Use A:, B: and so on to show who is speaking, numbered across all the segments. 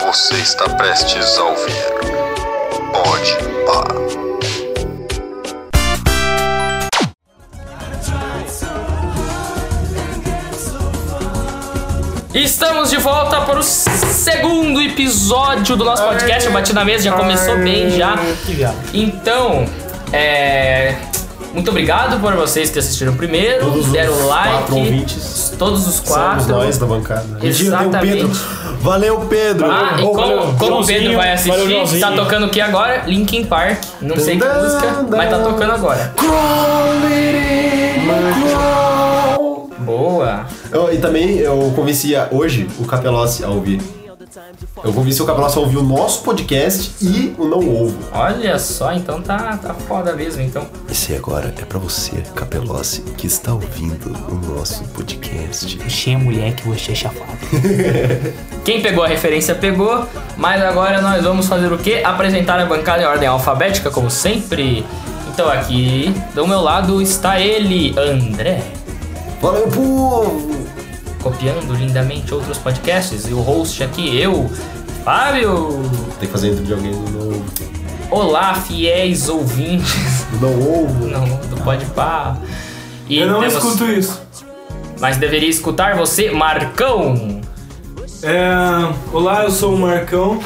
A: Você está prestes a ouvir. Pode pá.
B: Estamos de volta para o segundo episódio do nosso podcast. Eu bati na mesa, já começou bem já.
C: Que viado.
B: Então, é. Muito obrigado por vocês que assistiram primeiro,
C: Todos
B: deram
C: os
B: like.
C: quatro ouvintes.
B: todos os
C: Somos
B: quatro.
C: nós da bancada. Mentira, tem o
B: Exatamente.
C: Pedro. Valeu, Pedro.
B: Ah, e
C: Ô,
B: como, como o Pedro
C: Joãozinho,
B: vai
C: valeu,
B: assistir,
C: Joãozinho.
B: tá tocando o que agora? Linkin Park. Não sei que
C: Dun,
B: música,
C: dun.
B: mas tá tocando agora.
C: Crawl, lady, crawl.
B: Boa.
C: Eu- e também eu convenci a- hoje o Capelossi a ouvir. Eu convenci o Capelossi a ouvir o nosso podcast e o Não Ovo.
B: Olha só, então tá, tá foda mesmo, então.
D: Esse agora é pra você, Capelossi, que está ouvindo o nosso podcast.
E: Achei a mulher que você é chafado.
B: Quem pegou a referência pegou, mas agora nós vamos fazer o quê? Apresentar a bancada em ordem alfabética, como sempre. Então aqui do meu lado está ele, André,
C: Valeu, povo!
B: copiando lindamente outros podcasts, e o host aqui, eu, Fábio.
C: Tem que fazer dentro de alguém do Não Ovo.
B: Olá, fiéis ouvintes
C: Do Não Ovo.
B: não, do Podpah. E
F: Eu não
B: temos-
F: escuto isso.
B: Mas deveria escutar você, Marcão.
F: É, Olá, eu sou o Marcão.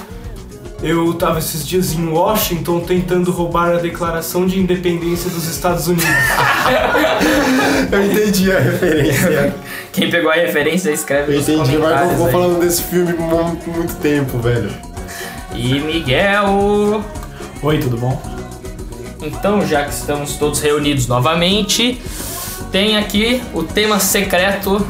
F: Eu tava esses dias em Washington tentando roubar a declaração de independência dos Estados Unidos.
C: Eu entendi a referência.
B: Quem pegou a referência, escreve
C: Eu
B: nos
C: entendi, mas eu
B: comentários
C: vou
B: aí.
C: falando desse filme por muito- muito tempo, velho.
F: um
B: E Miguel.
E: Oi, tudo bom?
B: Então, já que estamos todos reunidos novamente, tem aqui o tema secreto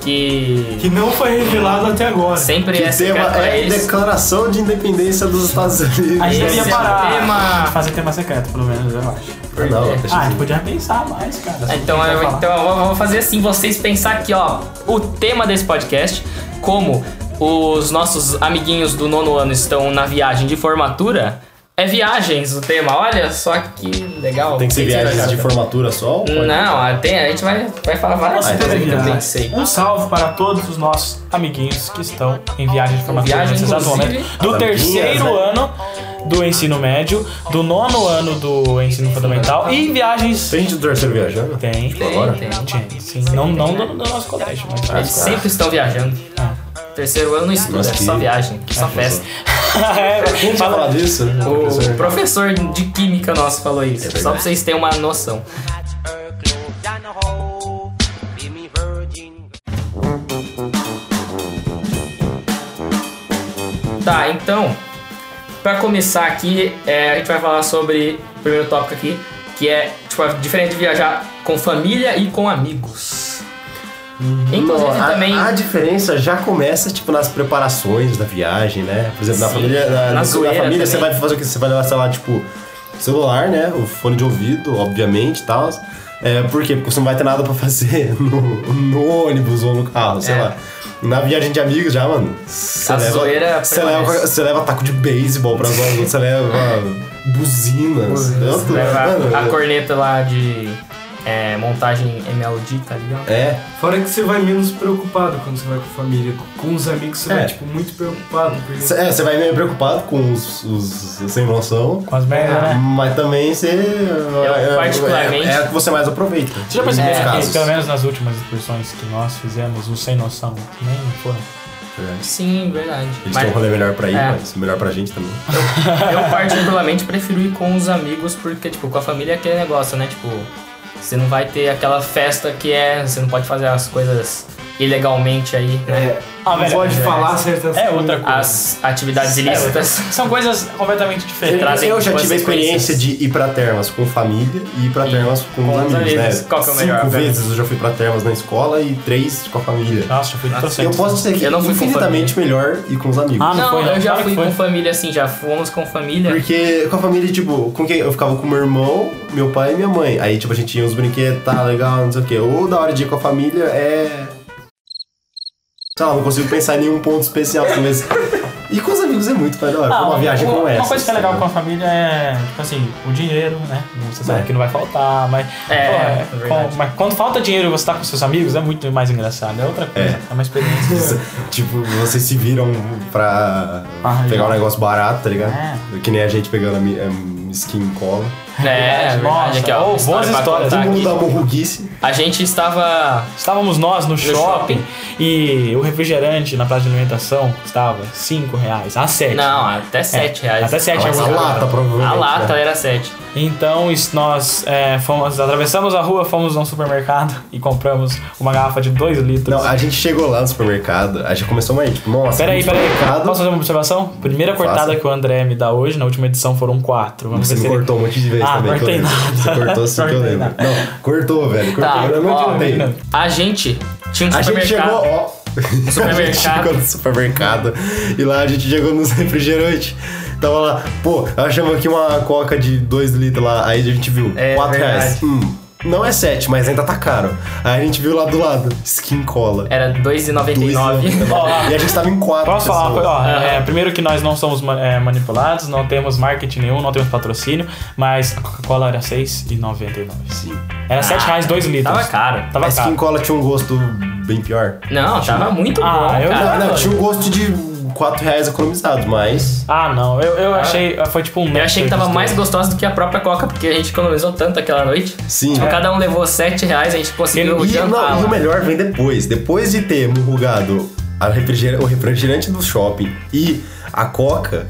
B: que,
F: Que não foi revelado até agora.
B: sempre é
C: Que
B: secreto
C: tema
B: pra
C: é
B: eles.
C: Declaração de Independência dos Estados Unidos.
E: A gente
B: Esse
E: devia
B: é o
E: parar.
B: tema.
E: Fazer tema secreto, pelo menos, eu acho.
C: Ah, não, deixa
E: Ah, a
C: eu
E: gente podia pensar mais, cara. sobre o
B: Então,
E: que a gente
B: eu,
E: vai falar.
B: então eu vou- vou fazer assim, vocês pensar aqui, ó, o tema desse podcast, como os nossos amiguinhos do nono ano estão na viagem de formatura, é viagens o tema. Olha só que legal.
C: Tem que ser
B: O vocês
C: viagens de
B: acham?
C: formatura só? ou pode?
B: Não, a- tem, a gente vai, vai falar várias
E: Nossa,
C: Ah, então
B: coisas que eu
E: viagem.
B: pensei.
E: Um salve para todos os nossos amiguinhos que estão em viagem de formatura
B: Viagem,
E: nesse exato
B: inclusive.
E: momento. Do
C: Amiguinhas,
E: terceiro
C: né?
E: ano do ensino médio, do nono ano do ensino fundamental e viagens.
C: Tem gente do terceiro viajando?
E: Tem.
C: Agora?
B: Tem,
E: Gente, sim. Não, não do, do nosso colégio, mas
B: Eles sempre estão viajando. Terceiro ano não
C: é.
B: estuda,
C: Mas
B: é
C: que-
B: só viagem, só festa.
E: é,
C: Quem tinha
E: fala-
C: falado isso?
B: O professor de química nosso falou
C: É
B: isso, só pra vocês terem uma noção. Tá, então, pra começar aqui, é, a gente vai falar sobre o primeiro tópico aqui, que é tipo, a diferença de viajar com família e com amigos. Inclusive
C: Não, a,
B: também
C: a diferença já começa, tipo, nas preparações da viagem, né? Por exemplo, na
B: Sim.
C: família. Na,
B: Na
C: na
B: zoeira
C: família, você
B: também.
C: vai fazer o que? Você vai levar, sei lá, tipo, celular, né? O fone de ouvido, obviamente e tal. É, por quê? Porque você não vai ter nada pra fazer no, no ônibus ou no carro, sei
B: É.
C: lá. Na viagem de amigos já, mano. Você
B: A
C: leva,
B: zoeira é
C: você
B: permanece.
C: leva, você leva taco de beisebol pra zoar, os outros, você leva buzinas. tanto- né? mano,
E: né?
B: leva a corneta lá de é, montagem MLD, tá ligado?
C: É,
F: Fora que você vai menos preocupado quando você vai com a família. Com os amigos você
C: É.
F: vai, tipo, muito preocupado. Porque...
C: Cê- É, você vai meio preocupado com os, os sem noção,
E: Com as merdas, né?
C: mas também você. é- é-
B: particularmente-
C: É, a que você mais aproveita.
E: Você já percebeu
C: Nos
E: que,
B: É,
C: casos.
B: então,
E: pelo
B: né?
E: menos nas últimas excursões que nós fizemos, o sem noção nem foram?
B: Sim, verdade.
C: Eles É, têm um
B: Mas
C: rolê melhor pra ir,
B: É.
C: mas melhor pra gente também.
B: eu particularmente prefiro ir com os amigos, porque, tipo, com a família é aquele negócio, né? Tipo, você não vai ter aquela festa que é. Você não pode fazer as coisas ilegalmente aí, né?
F: É, não
E: velho,
F: pode
E: é
F: falar certas
E: É outra coisa.
B: As
E: É,
B: atividades ilícitas.
E: São coisas completamente
C: Eu,
E: diferentes.
B: trazem
C: já tive a
B: consequências.
C: experiência de ir pra termas com família e ir pra
B: E
C: termas com,
B: com os
C: amigos,
B: amigos.
C: né?
B: Qual que é o melhor,
C: Cinco
B: velho?
C: vezes eu já fui pra termas na escola e três com a família.
E: Nossa, eu fui de processo.
C: eu posso dizer que
B: Eu não fui com
C: infinitamente melhor ir com os amigos.
E: Ah, não
B: Não,
E: foi, não.
B: eu já
E: Claro
B: fui
E: que foi.
B: com família, assim, já fomos com família.
C: Porque com a família, tipo, com quem? Eu ficava com meu irmão, meu pai e minha mãe. Aí, tipo, a gente tinha uns brinquedos, tá legal, não sei o quê. Ou da hora de ir com a família é. Sei lá, não consigo pensar em nenhum ponto especial, assim, mas. E com os amigos é muito mais da hora.
E: Ah,
C: uma viagem
E: uma,
C: como essa.
E: Uma coisa que é
C: assim,
E: legal com
C: né?
E: a família é, tipo assim, o dinheiro, né? Você sabe
C: É.
E: que não vai faltar, mas.
B: É,
E: pô,
B: é
E: com-
B: verdade.
E: mas quando falta dinheiro e você tá com seus amigos, é muito mais engraçado. É outra coisa, é,
C: É.
E: uma experiência.
C: Tipo, vocês se viram pra
E: Ah,
C: pegar
E: já.
C: um negócio barato, tá ligado?
E: É.
C: Que nem a gente pegando a mi- em skin em cola.
B: É, é verdade.
E: nossa,
B: Aqui, ó,
E: ô,
B: uma história
E: boas
B: pra
E: histórias, tá
B: contar
E: hein?
C: Todo mundo
B: aqui.
C: dá morruguice.
B: A gente estava.
E: Estávamos nós no, shopping,
B: shopping.
E: e o refrigerante na praça de alimentação custava 5 reais, a 7.
B: Não, até 7
E: É,
B: reais.
E: até sete
C: Mas
E: reais.
C: a lata, provavelmente.
B: A lata
C: né?
B: era 7.
E: Então isso, nós é, fomos, atravessamos a rua, fomos num supermercado e compramos uma garrafa de 2 litros.
C: Não, a gente chegou lá no supermercado, a gente começou a ir, tipo, nossa,
E: Peraí,
C: no
E: peraí.
C: supermercado,
E: Posso fazer uma observação? Primeira cortada
C: Faça.
E: que o André me dá hoje, na última edição foram quatro. Vamos
C: Você
E: ver
C: me
E: se
C: cortou um monte de vezes
E: Ah,
C: também. que eu
E: cortei
C: lembro.
E: nada.
C: Você cortou sim que eu
E: Cortei
C: lembro.
E: nada.
C: Não, cortou, velho. Cortou.
B: Tá,
C: eu não
B: ó,
C: adiantei.
B: A gente tinha um
C: A gente
B: supermercado.
C: chegou, ó. a gente
B: supermercado.
C: chegou no supermercado e lá a gente chegou nos refrigerantes. Tava lá, pô, achamos aqui uma coca de 2 litros lá, aí a gente viu,
B: É,
C: 4
B: verdade.
C: reais. Hum, não é 7, mas ainda tá caro. Aí a gente viu lá do lado, skin cola.
B: Era
C: Dois
B: 2,99.
C: litros.
E: Ó,
C: E a gente tava em 4
E: Posso falar? uma coisa? Ó,
B: Aham.
E: é, primeiro que nós não somos ma- é, manipulados, não temos marketing nenhum, não temos patrocínio, mas a Coca-Cola era R$ 6,99.
C: Sim.
E: Era R$ 7 reais 2 litros.
B: Ah, Tava caro.
E: Tava
C: A skin
E: caro.
C: cola tinha um gosto bem pior.
B: Não, tava muito
E: Ah,
B: bom,
E: eu
B: cara.
E: já-
C: Não, tinha um gosto de 4 reais economizado, mas...
E: Ah, não. Eu, eu achei. Foi tipo um.
B: Eu achei que tava mais
E: gostoso.
B: gostosa do que a própria Coca, porque a gente economizou tanto aquela noite.
C: Sim. é.
B: Tipo, cada um levou 7 reais, a gente conseguiu
C: E,
B: jantar.
C: não, e o
B: lá.
C: melhor vem depois. Depois de ter murrugado a refrigera- o refrigerante do shopping e a coca,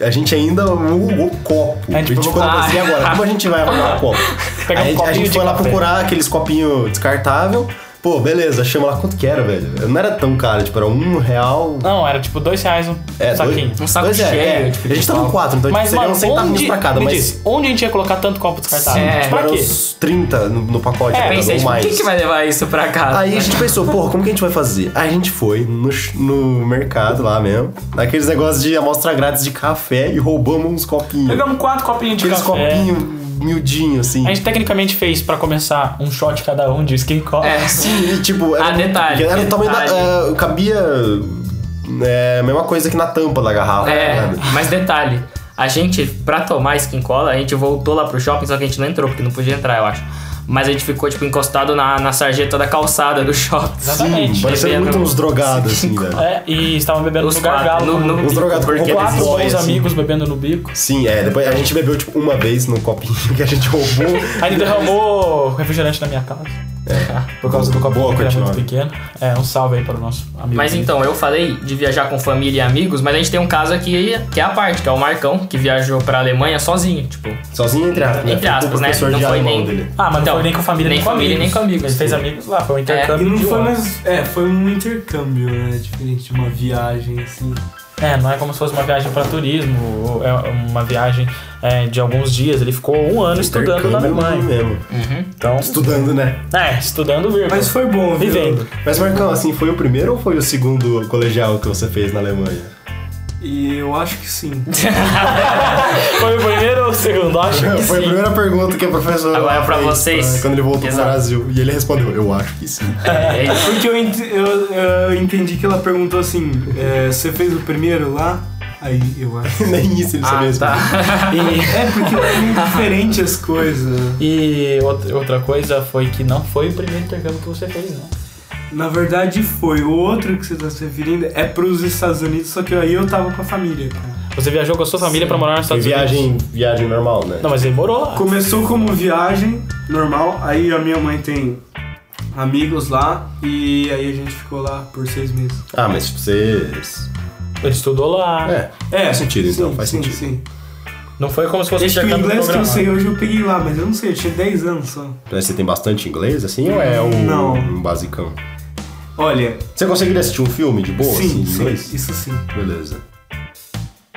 C: a gente ainda murrugou o copo. A
E: A gente
C: gente, ficou
E: provou-
C: assim, e agora? Como a gente vai arrumar o copo?
E: Pegar um
C: Aí a gente- a
E: copinho
C: gente
E: de
C: foi lá
E: café.
C: procurar aqueles copinhos descartável. Pô, beleza, chama lá quanto que era, velho. Não era tão caro, tipo, era um real.
E: Não, era tipo 2 reais um
C: É, dois-
E: saquinho.
B: Um saco
C: Dois é,
B: cheio,
C: é.
B: tipo,
C: a gente tava em quatro, então
E: Mas,
C: seria
E: mano,
C: uns centavinhos
E: onde,
C: pra cada,
E: me
C: mas.
E: diz, onde a gente ia colocar tanto copo descartável?
B: Sim,
E: Tipo, pra
C: eram
E: quê?
C: uns 30 no, no pacote,
E: É,
C: tá ligado?
B: Pensei,
C: ou
B: tipo,
C: mais.
B: quem que vai levar isso pra casa?
C: Aí a gente pensou, porra, como que a gente vai fazer? Aí a gente foi no, ch- no mercado lá mesmo, naqueles negócios de amostra grátis de café e roubamos uns copinhos.
E: Pegamos quatro copinhos de
C: Aqueles
E: café.
C: copinhos miudinhos, assim.
E: A gente tecnicamente fez pra começar um shot cada um de skin cola.
B: É,
C: Sim, e tipo, era,
B: Ah,
C: muito
B: detalhe,
C: pequeno, era o tamanho da.
B: detalhe.
C: é, cabia. É, a mesma coisa que na tampa da garrafa.
B: É,
C: né?
B: mas detalhe, a gente, pra tomar skin cola, a gente voltou lá pro shopping, só que a gente não entrou, porque não podia entrar, eu acho. Mas a gente ficou, tipo, encostado na, na sarjeta da calçada do shopping.
E: Exatamente.
C: Sim, parecendo
B: Bebendo.
C: muito uns drogados, assim, velho.
E: É, e estavam bebendo
B: Os
E: no gargalo.
B: quatro, no, no
C: Os drogados com
B: porque
C: roupa
E: Quatro
B: eles-
C: boa.
E: bons
C: Dói, assim.
E: amigos bebendo no bico.
C: Sim, é. Depois a gente bebeu, tipo, uma vez no copinho que a gente roubou.
E: Aí ele derramou refrigerante na minha casa.
C: É,
E: Por causa do
C: Boa,
E: copinho que era
C: continua.
E: muito pequeno. É, um salve aí para o nosso amigo.
B: Mas então, eu falei de viajar com família e amigos, mas a gente tem um caso aqui que é a parte, que é o Marcão, que viajou pra Alemanha sozinho, tipo.
C: Sozinho, entre aspas. né? Foi
B: Entre
C: com o
B: aspas, né?
C: professor
B: Não
C: de
B: foi
C: alemão
B: nem-
C: dele.
E: Ah, mas
B: Então,
E: não foi nem com família,
B: nem
E: nem, com
B: família,
E: amigos.
B: nem com amigos. É,
E: Ele fez amigos lá, foi um
F: E
E: intercâmbio.
F: não
E: de
F: foi
E: hora.
F: mais. É, foi um intercâmbio, né? Diferente de uma viagem, assim.
E: É, não é como se fosse uma viagem para turismo, ou é uma viagem é, de alguns dias. Ele ficou um ano estudando na
C: Intercâmbio né?
E: Alemanha.
C: mesmo.
E: Então,
C: Estudando, né?
E: é, estudando vírgula.
F: Mas foi bom, viu?
E: Vivendo.
C: Mas Marcão, assim, foi o primeiro ou foi o segundo colegial que você fez na Alemanha?
F: E eu acho que sim.
E: Foi o primeiro ou o segundo? Acho que
C: Foi a
E: sim.
C: primeira pergunta que o professor
B: Agora pra
C: fez,
B: vocês.
C: né, quando ele voltou
B: Exato.
C: pro Brasil. E ele respondeu, eu acho que sim.
B: É, é isso.
F: Porque eu, ent- eu, eu entendi que ela perguntou assim: é, você fez o primeiro lá? Aí eu acho.
C: Nem isso ele
B: Ah,
C: sabia
B: tá.
C: responder.
E: E,
F: É porque é muito diferente as coisas.
E: e outra outra coisa foi que não foi o primeiro intercâmbio que você fez, né?
F: Na verdade foi. O outro que você tá se referindo é pros Estados Unidos, só que aí eu tava com a família, tá? cara.
E: Você viajou com a sua família pra morar nos
C: Foi
E: Estados Unidos.
C: viagem, viagem normal, né?
E: Não, mas ele morou lá.
F: Começou como viagem normal, aí a minha mãe tem amigos lá e aí a gente ficou lá por seis meses.
C: Ah, mas tipo, vocês...
E: Ele estudou
B: Ah.
E: lá.
C: É, faz sentido então, faz
F: sim,
C: sentido.
F: Sim.
E: Não foi como se fosse um
F: Esse
E: intercâmbio
F: inglês que eu
E: programado.
F: sei hoje eu peguei lá, mas eu não sei, eu tinha 10 anos só.
C: Mas Então, Você tem bastante inglês, assim, ou é um,
F: Não.
C: um basicão?
F: Olha,
C: Você conseguiria assistir um filme de boa, assim,
F: sim,
C: em
F: sim,
C: inglês?
F: isso sim.
C: Beleza.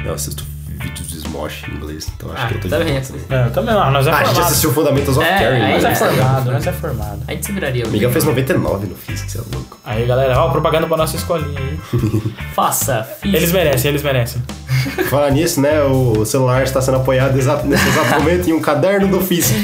C: Eu assisto vídeos de Smosh em inglês, então acho
B: Ah,
C: que eu tô
B: tá
C: de
B: bem.
C: boa também.
E: É, eu também não, nós é
C: Ah, a gente
E: formado.
C: assistiu Fundamentals of
B: É,
C: Caring.
B: aí
E: Nós é
B: Isso.
E: formado, nós é formado.
B: A gente seguraria.
C: O
B: o
C: Miguel
B: bico.
C: fez 99 no Physics, é louco.
E: Aí, galera, ó, propaganda pra nossa escolinha aí.
B: Faça, fiz.
E: Eles merecem, eles merecem.
C: Falar nisso, né? O celular está sendo apoiado exato, nesse exato momento em um caderno do Físico.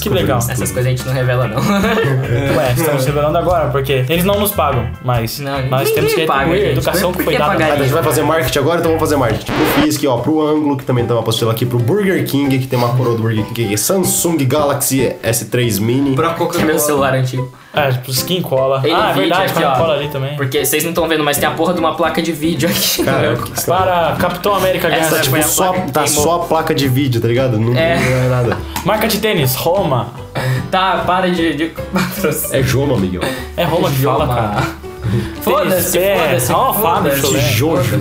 E: Que legal.
B: Essas coisas a gente não revela, não.
E: Ué, estamos revelando agora, porque eles não nos pagam, mas
B: Não,
E: nós
B: ninguém
E: temos que
B: paga,
E: retribuir a
B: gente.
E: educação
B: Por
E: que
B: que
E: foi
B: que
E: dada.
B: pagar?
E: na-
C: A gente vai fazer marketing agora, então vamos fazer marketing. Pro Fisk, ó, pro Anglo, que também tem uma apostila aqui, pro Burger King, que tem uma coroa do Burger King, aqui, Samsung Galaxy S3 Mini.
F: Pra
B: Que é meu
F: Coca-Cola.
B: celular antigo.
E: É, tipo, skin cola.
B: Tem no
E: ah, é
B: vídeo
E: verdade,
B: aqui,
E: tem
B: ó.
E: cola ali também.
B: Porque vocês não estão vendo, mas tem a porra de uma placa de vídeo aqui.
C: Cara,
B: entendeu?
C: que-
E: Para Capitão América ganhar
B: Essa,
E: essa
B: tipo,
C: tipo, só,
B: placa que
C: tá
B: queimou.
C: só a placa de vídeo, tá ligado? Não,
B: É.
C: não é nada.
E: Marca de tênis, Roma.
B: Tá, para de, de patrocinar.
C: É Joma, amigão.
E: É Roma que fala, cara.
B: Foda-se,
E: Tênis, pé,
B: foda-se.
E: ó, Fábio
B: foda-se.
E: Chulé.
C: Jojo.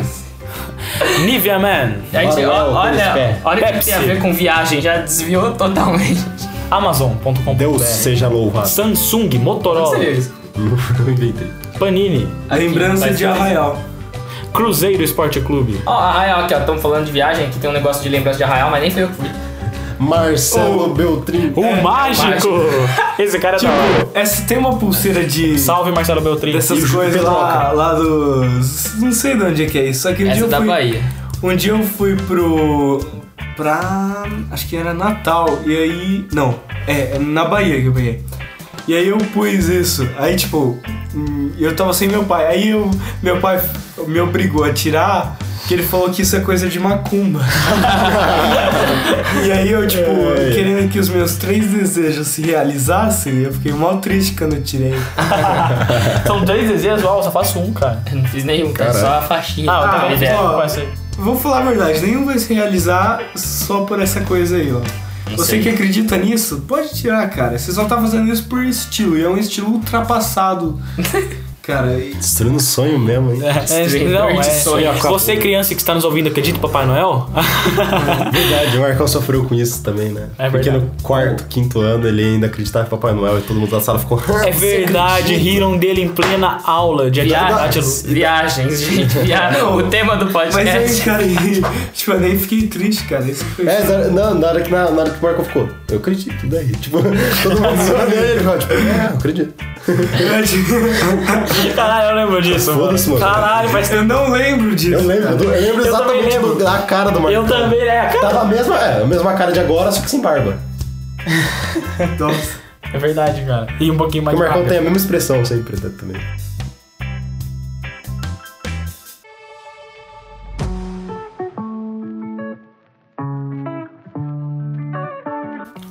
E: Nivea Man,
B: A gente,
C: Olha lá,
B: ó-
C: o
B: olha,
C: tênis pé.
B: olha o que
E: Pepsi.
B: tem a ver com viagem, já desviou totalmente.
C: Deus
E: Amazon.com.br,
C: seja louvado.
E: Samsung, Motorola,
B: Sério isso?
C: Não inventei.
E: Panini,
F: Lembrança
B: Vai
F: de
B: ser-
F: Arraial.
E: Cruzeiro Esporte Clube.
B: Ó, Arraial aqui, ó, estamos falando de viagem, aqui tem um negócio de lembrança de Arraial, mas nem foi eu que fui.
E: Oh.
C: Marcelo Beltrin.
E: O Mágico! Esse cara é
F: Tipo,
E: da hora.
F: Essa tem uma pulseira de.
E: Salve, Marcelo Beltrin.
C: E o
F: Dessas
C: Ju
F: coisas lá,
C: Peloca.
F: lá dos. Não sei de onde é que é isso. Só que um dia
B: Essa
F: eu
B: da
F: fui.
B: Bahia.
F: Um dia eu fui pro. pra. acho que era Natal. E aí. Não, é, é na Bahia que eu peguei. E aí eu pus isso. Aí tipo. hum, Eu tava sem meu pai. Aí eu, meu pai me obrigou a tirar. Que ele falou que isso é coisa de macumba. e aí eu, tipo,
C: É.
F: querendo que os meus três desejos se realizassem, eu fiquei mal triste quando eu tirei.
E: São três desejos, ó, eu só faço um, cara.
B: Eu Não fiz nenhum, cara, só a faixinha.
E: Ah, eu
F: Ah,
E: também
B: Mas é,
F: ó.
E: com essa aí.
F: Vou falar a verdade, nenhum vai se realizar só por essa coisa aí, ó. Você
B: sei.
F: que acredita nisso, pode tirar, cara. Você só tá fazendo isso por estilo, e é um estilo ultrapassado. cara, e-
C: Destruindo o sonho mesmo, hein?
E: É,
B: Destruidor
E: não,
B: de
E: é,
B: sonhos.
E: você criança que está nos ouvindo acredita em Papai Noel?
C: Verdade, o Marcão sofreu com isso também, né?
E: É
C: Porque no
E: verdade.
C: quarto, quinto ano ele ainda acreditava em Papai Noel e todo mundo da sala ficou. "Ah,
E: É verdade, riram dele em plena aula de atividade
B: Viagens, viagens, gente, viagens.
F: Não.
B: O tema do
F: mas aí,
B: podcast.
F: cara, e- tipo, eu nem fiquei triste, cara. Isso que foi.
C: É, na hora- não, na hora, que, na, na hora que o Marco ficou, eu acredito, daí. Tipo, todo mundo zoando ele, ele ficou, tipo, é, eu acredito.
E: Caralho, eu lembro disso. mano.
C: Foda-se, mano.
E: Caralho, faz
F: eu não lembro disso.
C: Eu lembro, eu do- eu lembro
E: Eu também
C: exatamente
E: lembro.
C: do- da cara do Marcão.
E: Eu também, é, cara.
C: Tava a mesma, é, a mesma cara de agora, só que sem barba.
F: Nossa.
E: É verdade, cara. E um pouquinho mais
C: Porque o Marcão
E: rápido.
C: tem a mesma expressão sempre né, também.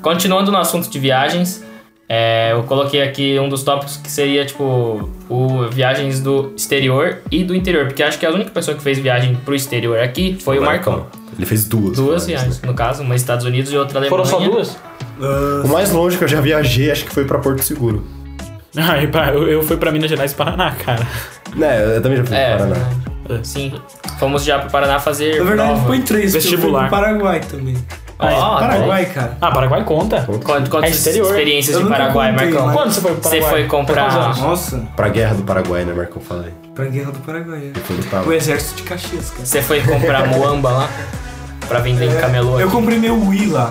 B: Continuando no assunto de viagens, é, eu coloquei aqui um dos tópicos que seria, tipo, o viagens do exterior e do interior. Porque acho que a única pessoa que fez viagem pro exterior aqui foi o Marcão.
C: Ele fez duas.
B: Duas
C: né?
B: viagens, no caso, uma Estados Unidos e outra Alemanha.
E: Foram só duas?
F: ah,
C: O mais longe que eu já viajei, acho que foi pra Porto Seguro.
E: Ah, e pra- eu, eu fui pra Minas Gerais e Paraná, cara.
C: Né, eu também já fui
B: É,
C: pro Paraná.
B: verdade. sim. Fomos já pro Paraná fazer
F: Na verdade,
B: prova.
F: foi três, porque eu fui
E: Vestibular.
F: pro Paraguai também.
B: Ó, ó,
F: Paraguai, cara.
E: Ah, Paraguai conta.
B: Quant-
E: É
B: Quantas
E: exterior.
B: experiências
F: Eu
B: de
F: nunca
B: Paraguai,
F: contei,
B: Marcão?
F: mas-
E: Quando você foi pro
B: Você
E: Paraguai?
B: foi
E: Pra quantos
B: comprar.
E: anos?
F: Nossa,
C: Pra guerra do Paraguai, né, Marcão? Fala aí.
F: pra guerra do Paraguai. é.
C: Foi do Paraguai.
F: O exército de Caxias, cara.
B: Você foi comprar muamba lá? Pra vender em camelô
F: É, Eu
B: aqui.
F: comprei meu Wii lá.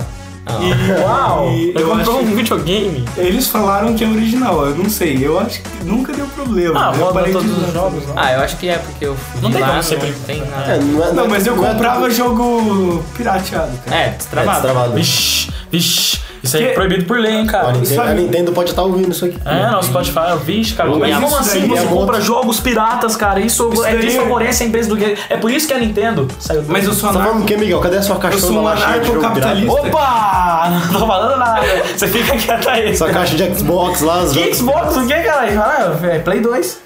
F: E,
E: Uau!
F: e
E: Eu comprei
F: achei-
E: um videogame.
F: Eles falaram que é original, eu não sei. Eu acho que nunca deu problema. né?
E: Ah,
F: eu
E: roda
F: parei de
E: todos os
F: usar.
E: jogos né? lá.
B: Ah, eu acho que é, porque eu fui
E: Não tem
B: lá,
E: como você
B: não
E: brincar.
B: tem nada.
C: É, não é-
F: Não, mas eu
C: não é-
F: comprava jogo pirateado, cara.
B: É,
C: É,
B: destravado.
C: destravado.
E: Vixe, vixe. Isso aí
F: Que-
E: é proibido por lei, hein,
C: A
E: cara.
C: Nintendo, a Nintendo pode estar ouvindo isso aqui.
E: É, não, Spotify, vixe, cara. Como,
B: Mas
E: como
F: isso
E: assim
F: daí
E: você
C: é
E: compra
C: outro-
E: jogos piratas, cara? Isso,
F: Isso
E: é,
F: daí
E: isso
F: é-
E: favorece a empresa do game. É por isso que a Nintendo saiu do.
F: Mas eu sou
C: Tá
F: anarco.
C: falando o quê, Miguel? Cadê a sua
F: Eu
C: caixona
F: sou um
C: lá cheia de jogo
F: anarcocapitalista.
C: pirata?
E: Opa! Não tô falando nada. Você fica quieto aí.
C: Essa caixa de Xbox lá, os
E: Que
C: jogos-
E: Xbox, o que, cara? Ah, é Play 2.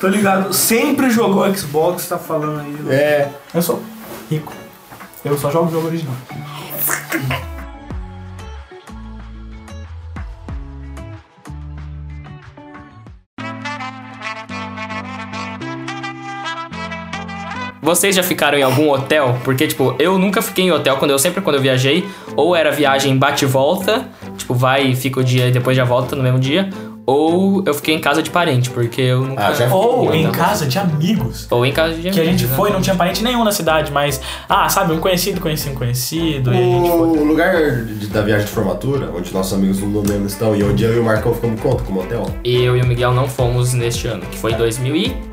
F: Tô ligado, sempre jogou Xbox, tá falando aí.
C: É.
E: Eu sou rico. É, Eu só jogo o jogo original.
B: Vocês já ficaram em algum hotel? Porque, tipo, eu nunca fiquei em hotel quando eu sempre quando eu viajei, ou era viagem bate e volta, tipo, vai e fica o dia e depois já volta no mesmo dia, ou eu fiquei em casa de parente, porque eu
C: Ah,
B: nunca.
C: já fiquei
E: Ou em
B: Não.
E: casa de amigos.
B: Ou em casa de
E: Que a gente
B: amigos,
E: foi,
B: né?
E: não tinha parente nenhum na cidade, mas. Ah, sabe, um conhecido, conhecido, um conhecido. E a gente foi.
C: O lugar de- da viagem de formatura, onde nossos amigos do Lomeno estão e onde eu e o Marcão ficamos conto como hotel.
B: E eu e o Miguel não fomos neste ano, que foi em 2014.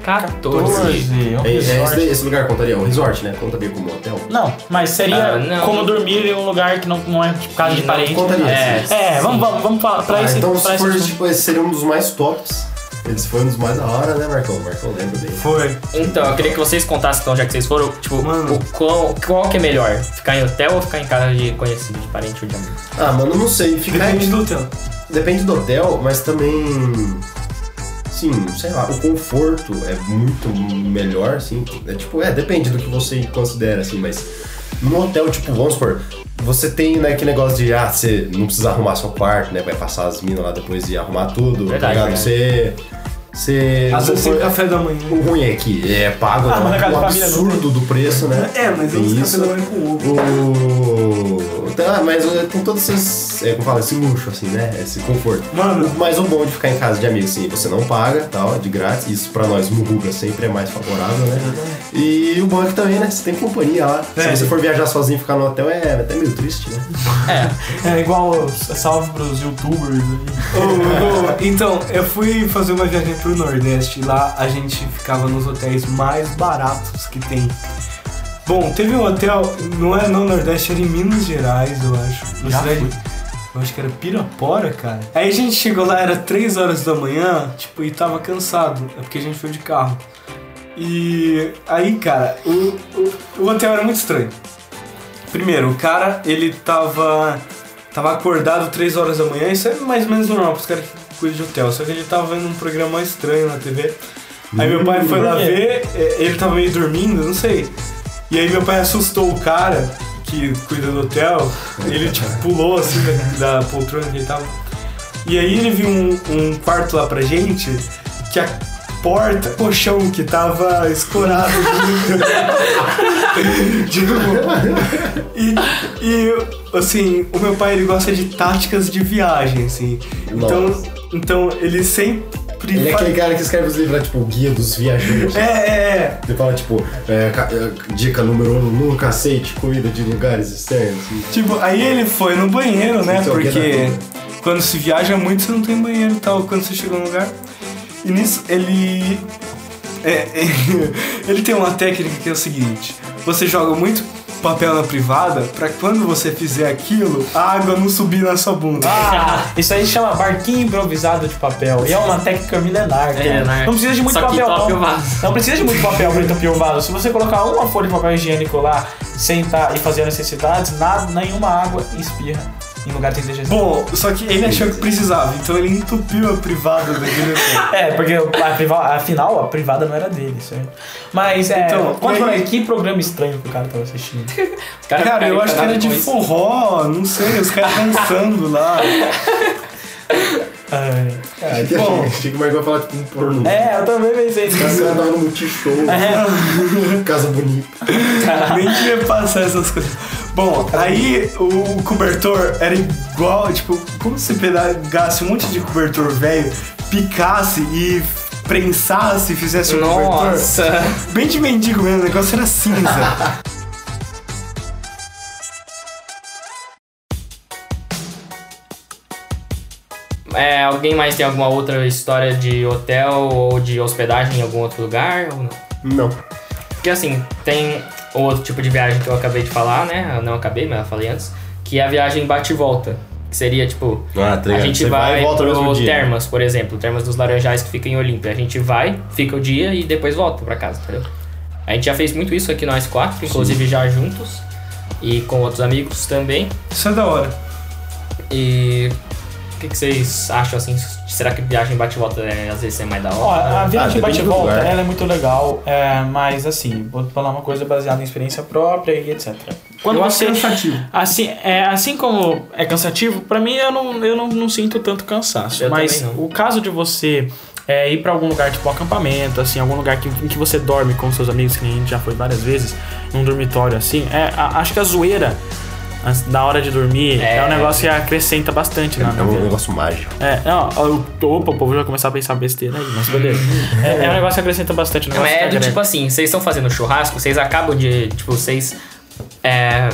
E: 14, é um
C: É, é,
E: resort.
C: esse, esse lugar contaria, o resort, né? Contaria como hotel.
E: Não, mas seria
B: Ah, não.
E: como dormir em um lugar que não, não é tipo casa de
B: Não
E: parente.
C: contaria,
E: é,
C: sim.
E: é, vamos, vamos, vamos falar pra
C: Ah,
E: esse.
C: então,
E: pra
C: se
E: esse
C: for,
E: assunto.
C: tipo, esse seria um dos mais tops. Esse foi um dos mais da hora, né, Marcão? Marcão lembra bem.
F: Foi.
B: Então, eu queria que vocês contassem, então, já que vocês foram, tipo,
F: Mano.
B: o qual, qual que é melhor? Ficar em hotel ou ficar em casa de conhecido, de parente ou de amigo?
C: Ah, mano, não sei. Ficar
F: Depende do hotel.
C: Depende do hotel, mas também. Sim, sei lá, o conforto é muito melhor, assim. É tipo, é, depende do que você considera, assim, mas. Num hotel, tipo, vamos supor, você tem, né, aquele negócio de, ah, você não precisa arrumar seu quarto, né? Vai passar as minas lá depois e arrumar tudo,
B: Verdade,
C: tá ligado?
B: né?
C: Você. Você. vamos
F: Às vezes tem
C: supor,
F: café da manhã.
C: O ruim é que é pago,
E: Ah,
C: né,
E: mas na casa
C: o
E: da família não
C: absurdo do preço, né?
F: É, mas
C: Tem
F: eles
C: isso.
F: café da manhã com ovo.
C: O... Tá, mas eh, tem todos esses. É, como fala, esse luxo, assim, né? Esse conforto.
F: Mano.
C: Mas o um bom de ficar em casa de amigos, assim, você não paga, tal, é de grátis. Isso pra nós, muruga, sempre é mais favorável, né? E o bom é que também, né? Você tem companhia lá.
E: É.
C: Se você for viajar sozinho e ficar no hotel, é até meio triste, né?
E: É igual salve pros youtubers. aí.
F: Ô, ô, então, eu fui fazer uma viagem pro Nordeste. Lá a gente ficava nos hotéis mais baratos que tem. Bom, teve um hotel, não é no Nordeste, era em Minas Gerais, eu acho. Uma
E: Já
F: cidade- Eu acho que era Pirapora, cara. Aí a gente chegou lá, era 3 horas da manhã, tipo, e tava cansado. É porque a gente foi de carro. E aí, cara, o, o, o hotel era muito estranho. Primeiro, o cara, ele tava. Tava acordado 3 horas da manhã, isso é mais ou menos normal pros caras que cuidam de hotel. Só que ele tava vendo um programa estranho na TV. Aí meu pai foi lá
E: por quê?
F: ver, é, ele tava meio dormindo, não sei. E aí meu pai assustou o cara que cuida do hotel. Ele tipo pulou assim da, da poltrona que ele tava. E aí ele viu um, um quarto lá pra gente que a porta, colchão que tava escorado. Digo, e, e assim, o meu pai ele gosta de táticas de viagem, assim. Então,
C: Nossa.
F: então ele sempre
E: Tipo,
C: Ele é
F: fa-
C: aquele cara que escreve os livros, né, tipo, o guia dos viajantes.
F: é, é, é.
C: Ele fala, tipo, é, ca- é, dica número um, nunca aceite comida de lugares externos. assim.
F: Tipo, aí ele foi no banheiro, né?
C: Isso é o que
F: Porque
C: dá.
F: quando se viaja muito, você não tem banheiro e tal, quando você chega no lugar. E nisso, ele. é, é, ele tem uma técnica que é o seguinte: você joga muito papel na privada pra quando você fizer aquilo, a água não subir na sua bunda.
E: Ah, isso aí chama barquinho improvisado de papel. E é uma técnica milenar. cara.
B: É, né?
E: Não precisa de muito
B: Só que
E: papel,
B: topa o
E: não.
B: vaso.
E: Não precisa de muito papel pra entupir o vaso. Se você colocar uma folha de papel higiênico lá, sentar e fazer as necessidades, nada, nenhuma água espirra em lugar que deixa
F: Bom, só que ele achou que precisava, então ele entupiu a privada daquele hotel.
E: É, porque a priva- afinal a privada não era dele, certo? Mas é.
F: Então,
E: conta
F: e
E: pra
F: aí-
E: mim, que programa estranho que o cara tava assistindo.
B: Os
F: Cara, eu
B: ficaram
F: acho que é era
B: encanados
F: de
B: com isso.
F: forró, não sei, os caras dançando lá.
E: Ai, cara.
F: Bom.
C: Achei que o Marcão ia falar, tipo, um pornô.
E: É, eu também pensei
C: Você
E: nisso.
C: andava no multishow,
F: É.
C: casa bonita.
F: Nem queria passar essas coisas. Bom, aí o cobertor era igual, tipo, como se pegasse um monte de cobertor velho, picasse e prensasse e fizesse um cobertor.
B: Nossa!
F: Bem de mendigo mesmo, o negócio era cinza.
B: É, alguém mais tem alguma outra história de hotel ou de hospedagem em algum outro lugar ou não?
C: Não.
B: Porque assim, tem o outro tipo de viagem que eu acabei de falar, né? Eu não acabei, mas eu falei antes. Que é a viagem bate e volta. Que seria, tipo,
C: Ah, tá
B: a
C: ligado.
B: gente
C: Você
B: vai,
C: e volta no
B: pro
C: mesmo dia.
B: Termas, por exemplo, Termas dos Laranjais que fica em Olímpia. A gente vai, fica o dia e depois volta pra casa, entendeu? A gente já fez muito isso aqui nós quatro, inclusive já juntos. E com outros amigos também.
F: Isso é da hora.
B: E o que, que vocês acham assim? Será que viagem bate e volta é, às vezes é mais da
E: Ó,
B: hora?
E: a
C: Ah, depende
E: viagem bate e
C: do
E: volta,
C: lugar.
E: ela é muito legal, é, mas assim, vou falar uma coisa baseada em experiência própria e etc. Quando
F: Eu acho
E: você
F: cansativo.
E: assim, é, assim como é cansativo, pra mim eu não, eu não, não sinto tanto cansaço.
B: Eu
E: mas
B: também não.
E: o caso de você é, ir pra algum lugar, tipo um acampamento, assim, algum lugar que, em que você dorme com seus amigos, que nem a gente já foi várias vezes, num dormitório assim, é, a- acho que a zoeira
G: antes- na hora de dormir. É,
B: É.
G: um negócio que acrescenta bastante na
D: É
G: na
D: um
G: vida.
D: negócio mágico.
G: É, não, o- opa, o povo já começar a pensar besteira aí, mas beleza. é, é um negócio que acrescenta bastante no
B: Não
G: negócio.
B: é do
G: que
B: tipo
G: agrega.
B: assim, vocês estão fazendo churrasco, vocês acabam de. Tipo, vocês. É.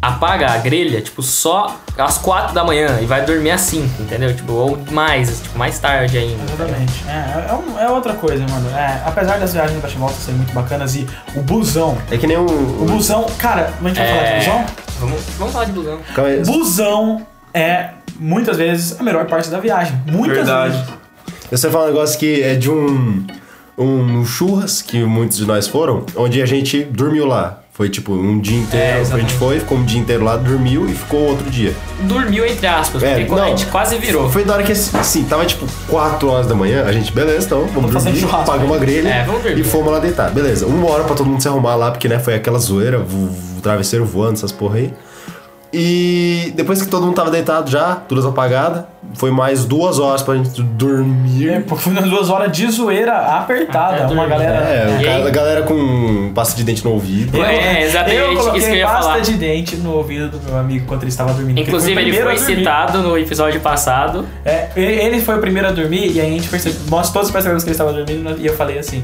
B: Apaga a grelha, tipo, só às quatro da manhã e vai dormir às 5, entendeu? Tipo, ou mais, tipo, mais tarde ainda.
E: Exatamente. É, é, um- é outra coisa, mano. É, apesar das viagens do Bate-Volta serem muito bacanas e o busão.
C: É que nem um.
E: O busão, cara, a gente vai falar de
B: É.
E: busão?
B: Vamos, vamos falar de blusão.
C: Calma aí.
E: Busão é, muitas vezes, a melhor parte da viagem. Muitas
F: Verdade.
E: vezes.
C: Eu só ia falar um negócio que é de um, um churras, que muitos de nós foram, onde a gente dormiu lá. Foi tipo um dia inteiro, a gente foi, ficou um dia inteiro lá, dormiu e ficou outro dia.
B: Dormiu, entre aspas,
C: É,
B: porque quando a
C: não.
B: gente quase virou.
C: Foi da hora que assim, tava tipo 4 horas da manhã, a gente, beleza, então, vamos
E: fazer
C: dormir,
E: churrasco,
C: pagamos uma grelha
B: É, vamos dormir.
C: e fomos lá deitar. Beleza, uma hora pra todo mundo se arrumar lá, porque né, foi aquela zoeira, o travesseiro voando, essas porra aí. E depois que todo mundo tava deitado já, tudo apagada, foi mais duas horas pra gente dormir.
E: É, porque foi umas duas horas de zoeira apertada.
B: Até
E: uma
B: dormir,
E: galera.
G: né?
C: É, o
B: E
C: cara-
B: aí?
C: a galera com pasta de dente no ouvido.
B: É,
E: eu
B: exatamente
E: coloquei
B: isso que eu ia
E: pasta
B: falar.
E: de dente no ouvido do meu amigo quando ele estava dormindo. porque
B: Inclusive, ele foi
E: o primeiro a dormir.
B: citado no episódio passado.
E: É, ele- ele foi o primeiro a dormir e aí a gente percebeu, nós todos percebemos que ele estava dormindo e eu falei assim: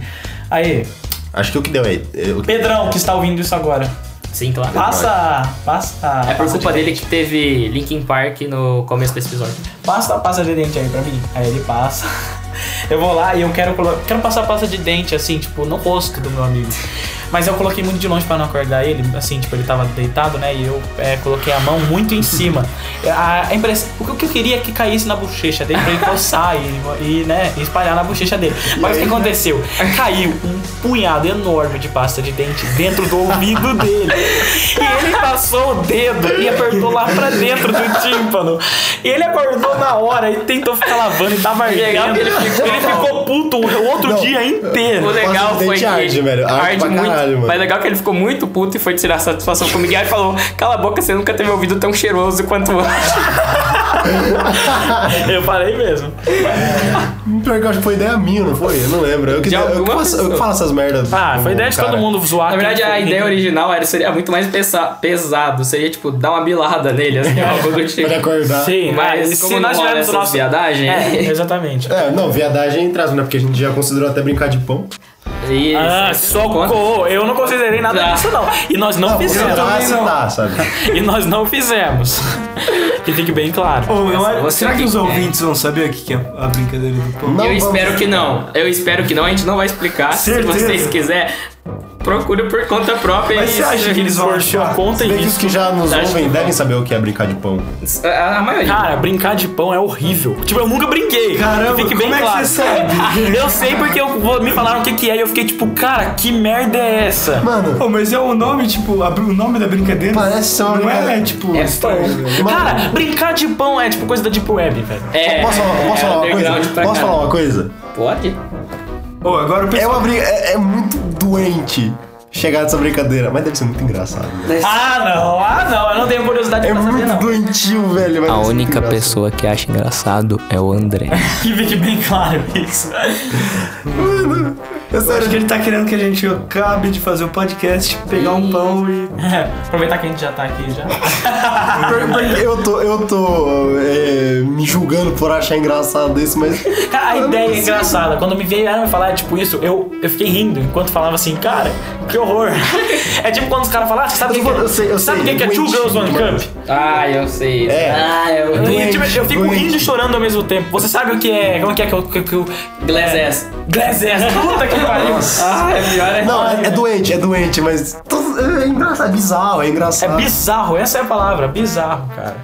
E: Aí,
C: Acho que o que deu aí. eu-
E: Pedrão, que está ouvindo isso agora,
B: Sim, claro.
E: Ah, passa. Passa.
B: É por
E: passa
B: culpa
E: de-
B: dele que teve Linkin Park no começo desse episódio.
E: Passa a pasta de dente aí pra mim. Aí ele passa. Eu vou lá e eu quero colo- quero passar a pasta de dente, assim, tipo, no rosto do meu amigo. Mas eu coloquei muito de longe pra não acordar ele, assim, tipo, ele tava deitado, né? E eu é, coloquei a mão muito em cima. A, a impressão, o que- o que eu queria é que caísse na bochecha dele pra ele coçar e, e, né, espalhar na bochecha dele. Mas o que aconteceu? Caiu um punhado enorme de pasta de dente dentro do ouvido dele. E ele passou o dedo e apertou lá pra dentro do tímpano. E ele acordou na hora e tentou ficar lavando e tava ardendo.
B: ele
E: Ele ficou,
B: ficou-
E: puto o outro
C: Não.
E: dia
B: O
E: inteiro.
B: legal
C: dente
B: foi que
C: arde, velho. Arde pra
B: muito.
C: caralho, mano.
B: Mas é legal que ele ficou muito puto e foi tirar satisfação com o Miguel e falou: Cala a boca, você nunca teve ouvido tão cheiroso quanto hoje.
E: Eu falei mesmo.
C: Pior que eu acho que foi ideia minha, não foi? Eu não lembro. Eu que,
B: De
C: eu, que
B: alguma
C: faço, eu que
B: pessoa.
C: faço essas merdas.
E: Ah,
C: com
E: foi
C: o
E: ideia de
C: cara.
E: todo mundo zoar.
B: Na verdade, a ideia original era, seria muito mais pesa- pesado. Seria tipo dar uma bilada nele, assim, algo do tipo.
C: É. Pra ele acordar.
E: Sim,
B: Mas como nós não rola
E: tivermos o
B: essas
E: nosso...
B: viadagem.
E: É, exatamente.
C: É, não, viadagem traz, né? Porque a gente já considerou até brincar de pão.
B: E- né?
E: Ah,
B: você
E: só
B: não conta.
E: co- Eu não considerei nada
B: Tá.
E: disso, não. E nós não, fizemos.
C: tá,
E: também, não.
C: tá, sabe?
E: E nós não fizemos. que fique bem claro.
F: Ô, eu-
B: você
F: será que
B: tem-
F: os
B: é.
F: ouvintes vão saber o que que é a brincadeira do pão?
C: Não
B: eu
C: vamos-
B: espero que não. Eu espero que não, a gente não vai explicar.
F: Certeza.
B: Se vocês quiserem, procura por conta própria.
F: Mas
B: e
F: você acha que eles vão achar?
E: Contem
C: Bem que os
E: isso.
C: que já nos
B: Acho
C: ouvem
B: que
C: devem saber o que é brincar de pão.
B: A, a maioria.
E: Cara, brincar de pão é horrível. Tipo, eu nunca brinquei.
F: Caramba,
E: Que fique bem
F: como é que
E: claro.
F: você sabe?
E: eu sei porque eu vou- me falaram o que, que é e eu fiquei tipo, cara, que merda é essa?
C: Mano,
F: Pô, mas é o nome, tipo, a- o nome da brincadeira.
C: Parece ser uma
F: Não é,
C: brincadeira.
F: tipo.
B: É pão.
E: Cara, brincar de pão é tipo coisa da Deep Web, velho.
B: é,
C: posso falar, posso
B: é
C: falar uma
B: underground
C: coisa?
B: pra
C: Posso falar
B: caralho.
C: uma coisa?
B: Pode?
F: Ô, agora o
C: É
F: pessoal.
C: uma brinca... É, é muito doente chegar nessa brincadeira, mas deve ser muito engraçado.
F: É
C: Né?
E: Ah, não, ah, não, eu não tenho curiosidade
C: É
E: pra saber,
C: muito
E: não.
C: doentio, velho. mas
H: A
C: deve ser muito
H: única
C: engraçado.
H: pessoa que acha engraçado é o André.
E: Que fique bem claro isso. É,
C: Eu
F: Eu
C: sério,
F: acho que ele tá querendo que a gente acabe de fazer o podcast, pegar um pão e.
E: Aproveitar que a gente já tá aqui já.
C: Porque Eu tô, eu tô é, me julgando por achar engraçado isso, mas.
E: Cara, a ideia é engraçada. Quando me vieram falar, tipo, isso, eu, eu fiquei rindo enquanto falava assim, cara, que horror. É tipo quando os caras falam, ah, você sabe o que,
C: Eu
E: que é-
C: sei, eu
E: sabe o
C: sei,
E: que que é Two
C: doentio,
E: Girls One
C: mano.
E: Cup?
B: Ah, eu sei.
C: É.
B: Ah, eu.
E: E, tipo, eu fico
C: doente.
E: rindo e chorando ao mesmo tempo. Você sabe o que é. Como que é que eu. Que, que eu
C: É.
B: Glass ass.
E: Glass ass. Puta que pariu.
B: Ah, é pior é.
C: Não, é, é doente, é doente, mas. tô- É engraçado, é bizarro, é
E: É
C: engraçado.
E: bizarro, essa é a palavra. Bizarro, cara.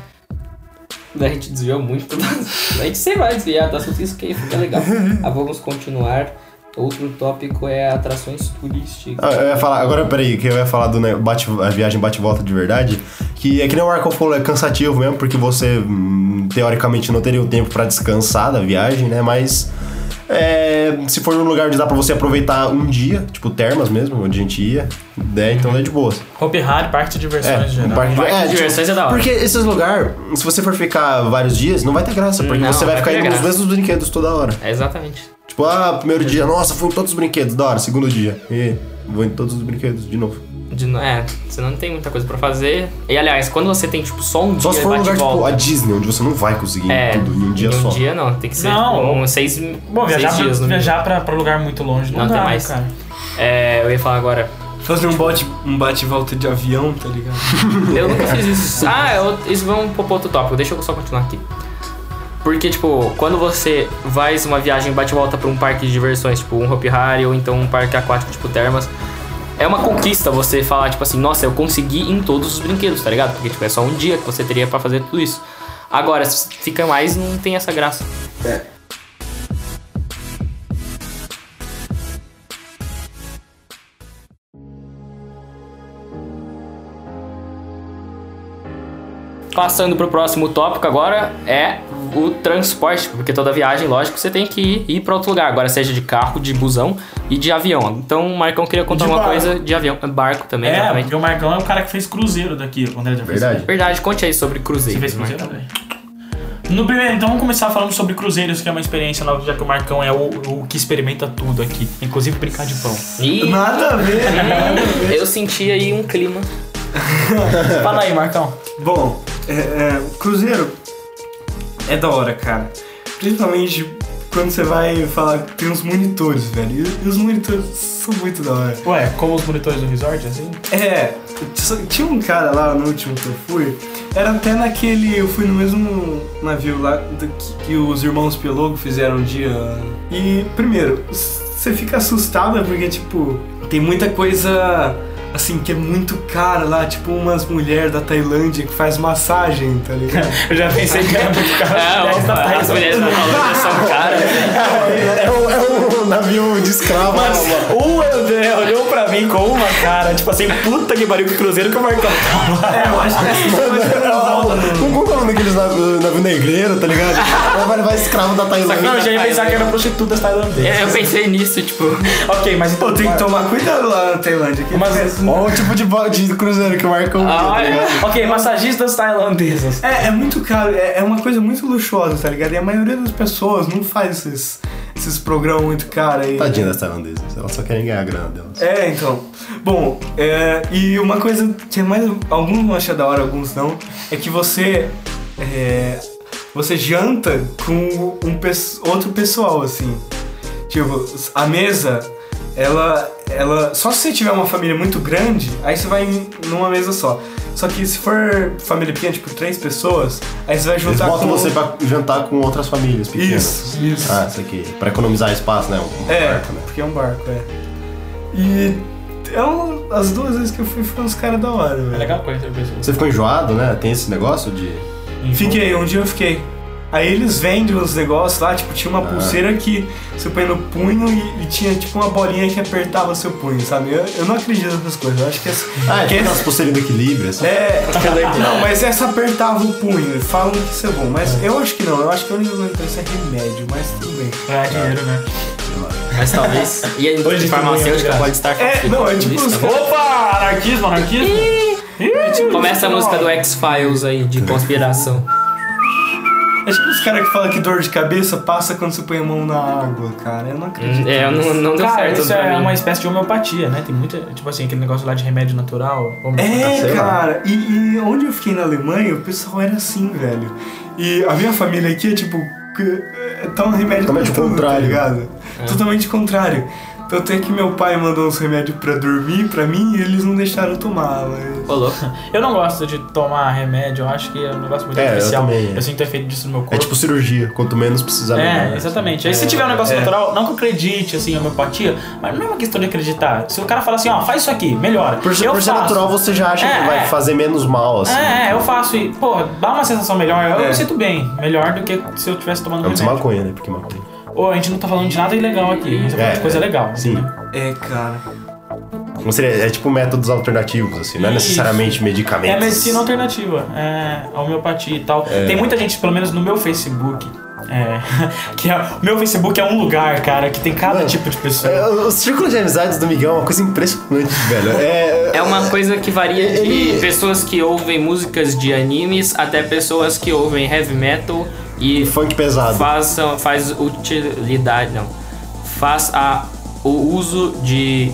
B: A gente desviou muito. A gente sempre vai desviar tá? do assunto, isso que fica legal. Ah, vamos continuar. Outro tópico é atrações turísticas.
C: Ah, Eu ia falar, agora peraí, que eu ia falar do né, bate, a viagem bate-volta de verdade, que é que nem o Marco Polo, é cansativo mesmo, porque você hum, teoricamente não teria o tempo pra descansar da viagem, né? Mas é, se for num lugar onde dá pra você aproveitar um dia, tipo termas mesmo, onde a gente ia, né? Então é de boa.
E: Hopi Hari, parque de
C: É,
E: diversões
C: um
E: geral.
C: parque de,
B: Parque de
C: tipo,
B: diversões é da hora.
C: Porque esses lugares, se você for ficar vários dias, não vai ter graça, porque
B: Não,
C: você vai
B: vai
C: ficar
B: ter
C: indo nos
B: graça.
C: mesmos brinquedos toda hora.
B: É exatamente.
C: Tipo, ah, primeiro dia, nossa, fui em todos os brinquedos, da hora. Segundo dia, e vou em todos os brinquedos de novo.
B: de no- é, você não tem muita coisa pra fazer. E aliás, quando você tem tipo só um
C: Só se
B: dia e
C: for um
B: bate e
C: lugar tipo
B: volta.
C: a Disney, onde você não vai conseguir
B: é,
C: tudo em um dia
B: em
C: só.
B: Um dia não, tem que ser
E: Não.
B: tipo, um seis,
E: Bom,
B: seis
E: viajar,
B: dias
E: pra,
B: no mínimo.
E: viajar pra, pra lugar muito longe não,
B: Não,
E: dá,
B: tem
E: né,
B: mais.
E: cara.
B: É, eu ia falar agora.
F: Fazer um bate, um bate e volta de avião, tá ligado?
B: Eu nunca fiz isso. Ah, eu, isso vamos pro outro tópico. Deixa eu só continuar aqui. Porque, tipo, quando você faz uma viagem bate e volta pra um parque de diversões, tipo um Hopi Hari ou então um parque aquático, tipo termas, é uma conquista você falar, tipo assim, nossa, eu consegui ir em todos os brinquedos, tá ligado? Porque, tipo, é só um dia que você teria pra fazer tudo isso. Agora, se fica mais, não tem essa graça. Passando pro próximo tópico agora é o transporte, porque toda viagem, lógico, você tem que ir, ir para outro lugar, agora seja de carro, de busão e de avião. Então, o Marcão queria contar
E: De
B: uma
E: barco.
B: coisa de avião, barco também,
E: É,
B: exatamente.
E: porque o Marcão é o cara que fez cruzeiro daqui, quando ele já fez.
C: Verdade.
B: Verdade, conte aí sobre
E: Você
B: cruzeiro.
E: fez cruzeiro também? No primeiro, então vamos começar falando sobre cruzeiros, que é uma experiência nova, já que o Marcão é o, o que experimenta tudo aqui, inclusive brincar de pão.
B: Ih,
F: Nada a ver.
B: eu senti aí um clima.
E: Fala aí, Marcão.
F: Bom, é, é, o Cruzeiro é da hora, cara. Principalmente quando você vai falar que tem uns monitores, velho. E, e os monitores são muito da hora.
E: Ué, como os monitores do resort, assim?
F: É, só- tinha um cara lá no último que eu fui. Era até naquele. Eu fui no mesmo navio lá do que, que os irmãos Pelogo fizeram um dia. E, primeiro, s- você fica assustada porque, tipo, tem muita coisa. Assim, que é muito cara lá, tipo umas mulheres da Tailândia que faz massagem, tá ligado?
E: Eu já pensei que era muito caro.
B: É, opa, as mulheres da Tailândia são caras.
C: É um, é um navio de escravo.
E: O Um André olhou pra mim com uma cara, tipo assim, puta que pariu, que cruzeiro que o Marcão tava.
F: É, eu acho que
C: Não como é o nome daqueles navios navio negreiro, tá ligado? Ela vai levar escravo da
E: Não, eu já
C: Tailândia.
E: ia pensar que era prostitutas tailandesas.
B: É, Eu pensei nisso, tipo,
E: Ok, mas então...
F: Pô, tem que tomar cuidado lá na Tailândia. Que é,
E: Mas-
C: Olha o tipo de, bo- de cruzeiro que o Marcão viu, tá
B: olha.
C: ligado?
E: Ok, massagistas tailandesas.
F: é, é muito caro, é, é uma coisa muito luxuosa, tá ligado? E a maioria das pessoas não faz esses, esses programas muito caros aí.
C: Tadinha das tailandesas, elas só querem ganhar a grana delas.
F: É, então. Bom, é, e uma coisa que é mais. Alguns vão achar da hora, alguns não. É que você. é, você janta com um pes- outro pessoal, assim. Tipo, a mesa, ela. ela Só se você tiver uma família muito grande, aí você vai em- numa mesa só. Só que se for família pequena, tipo, três pessoas, aí você vai
C: Eles
F: juntar
B: tá
C: botam
F: com.
C: você pra jantar com outras famílias pequenas.
F: Isso, isso.
C: Ah, isso aqui. Pra economizar espaço, né? Um
F: É,
C: barco, né?
F: porque é um barco, é. E eu, as duas vezes que eu fui foram uns caras da hora, velho.
E: É legal conhecer pessoas.
C: Você ficou enjoado, né? Tem esse negócio de.
F: Fiquei, um dia eu fiquei. Aí eles vendem uns negócios lá, tipo, tinha uma
C: Ah.
F: pulseira que você põe no punho e, e tinha tipo uma bolinha que apertava seu punho, sabe? Eu, eu não acredito nessas coisas, eu acho que essa.
C: Ah,
F: que
C: é
F: essa-
C: aquelas pulseiras do equilíbrio. assim. Essa...
F: é, não, mas essa apertava o punho, falam que isso é bom, mas eu acho que não, eu acho que a única coisa que isso é remédio, mas tudo bem.
E: Ganhar dinheiro, né?
B: mas talvez. E a indústria farmacêutica pode estar
F: É, não, é tipo
B: Isso,
F: uns
B: tá
C: né?
B: bom?
E: Opa, anarquismo, anarquismo.
B: Tipo, Começa a música do X-Files aí, de conspiração.
F: É tipo os caras que falam que dor de cabeça passa quando você põe a mão na água, cara. Eu não acredito.
B: É, eu não, não deu
E: Cara,
B: certo né?
E: isso
B: pra
E: é
B: mim.
E: uma espécie de homeopatia, né? Tem muita, tipo assim, aquele negócio lá de remédio natural. homeopatia.
F: É,
C: Sei lá.
F: cara, e, e onde eu fiquei na Alemanha, o pessoal era assim, velho. E a minha família aqui é tipo. que- é, Tá um remédio pra
C: Totalmente
F: tudo,
C: contrário.
F: tá ligado? Totalmente contrário. Tanto é que meu pai mandou uns remédios pra dormir pra mim e eles não deixaram eu tomar, mas.
B: Ô, louco.
E: Eu não gosto de tomar remédio, eu acho que é um negócio muito
C: É, eu
E: artificial.
C: também.
E: sinto o efeito disso no meu corpo.
C: É tipo cirurgia, quanto menos precisar. melhor,
E: É,
C: né? é.
E: exatamente. Aí se tiver um negócio natural, não que eu acredite, assim, em homeopatia, mas não é uma questão de acreditar. Se o cara fala assim, ó, faz isso aqui, melhora.
C: Por, ser-
E: eu
C: por ser
E: faço.
C: natural, você já acha
E: É,
C: que vai
E: é.
C: fazer menos mal, assim.
E: É, é, eu faço e, pô, dá uma sensação melhor. Eu
F: É.
E: me sinto bem. Melhor do que se eu tivesse tomando
C: Antes
E: remédio.
C: maconha, né? Porque maconha.
E: Ô, a gente não tá falando de nada ilegal aqui. A gente tá falando
C: É,
E: de coisa legal.
C: Sim.
F: É, cara.
C: Como seria, é tipo métodos alternativos, assim. Não é
E: Isso.
C: necessariamente medicamentos.
E: É a medicina alternativa, é a homeopatia e tal.
C: É.
E: Tem muita gente, pelo menos no meu Facebook, é, que é, o meu Facebook é um lugar, cara, que tem cada tipo de pessoa.
C: É, o o círculo de amizades do Miguel é uma coisa impressionante, velho. É,
B: É uma coisa que varia de
C: Ele-
B: pessoas que ouvem músicas de animes até pessoas que ouvem heavy metal e
C: funk pesado.
B: façam, faz utilidade, não. Faz a, o uso de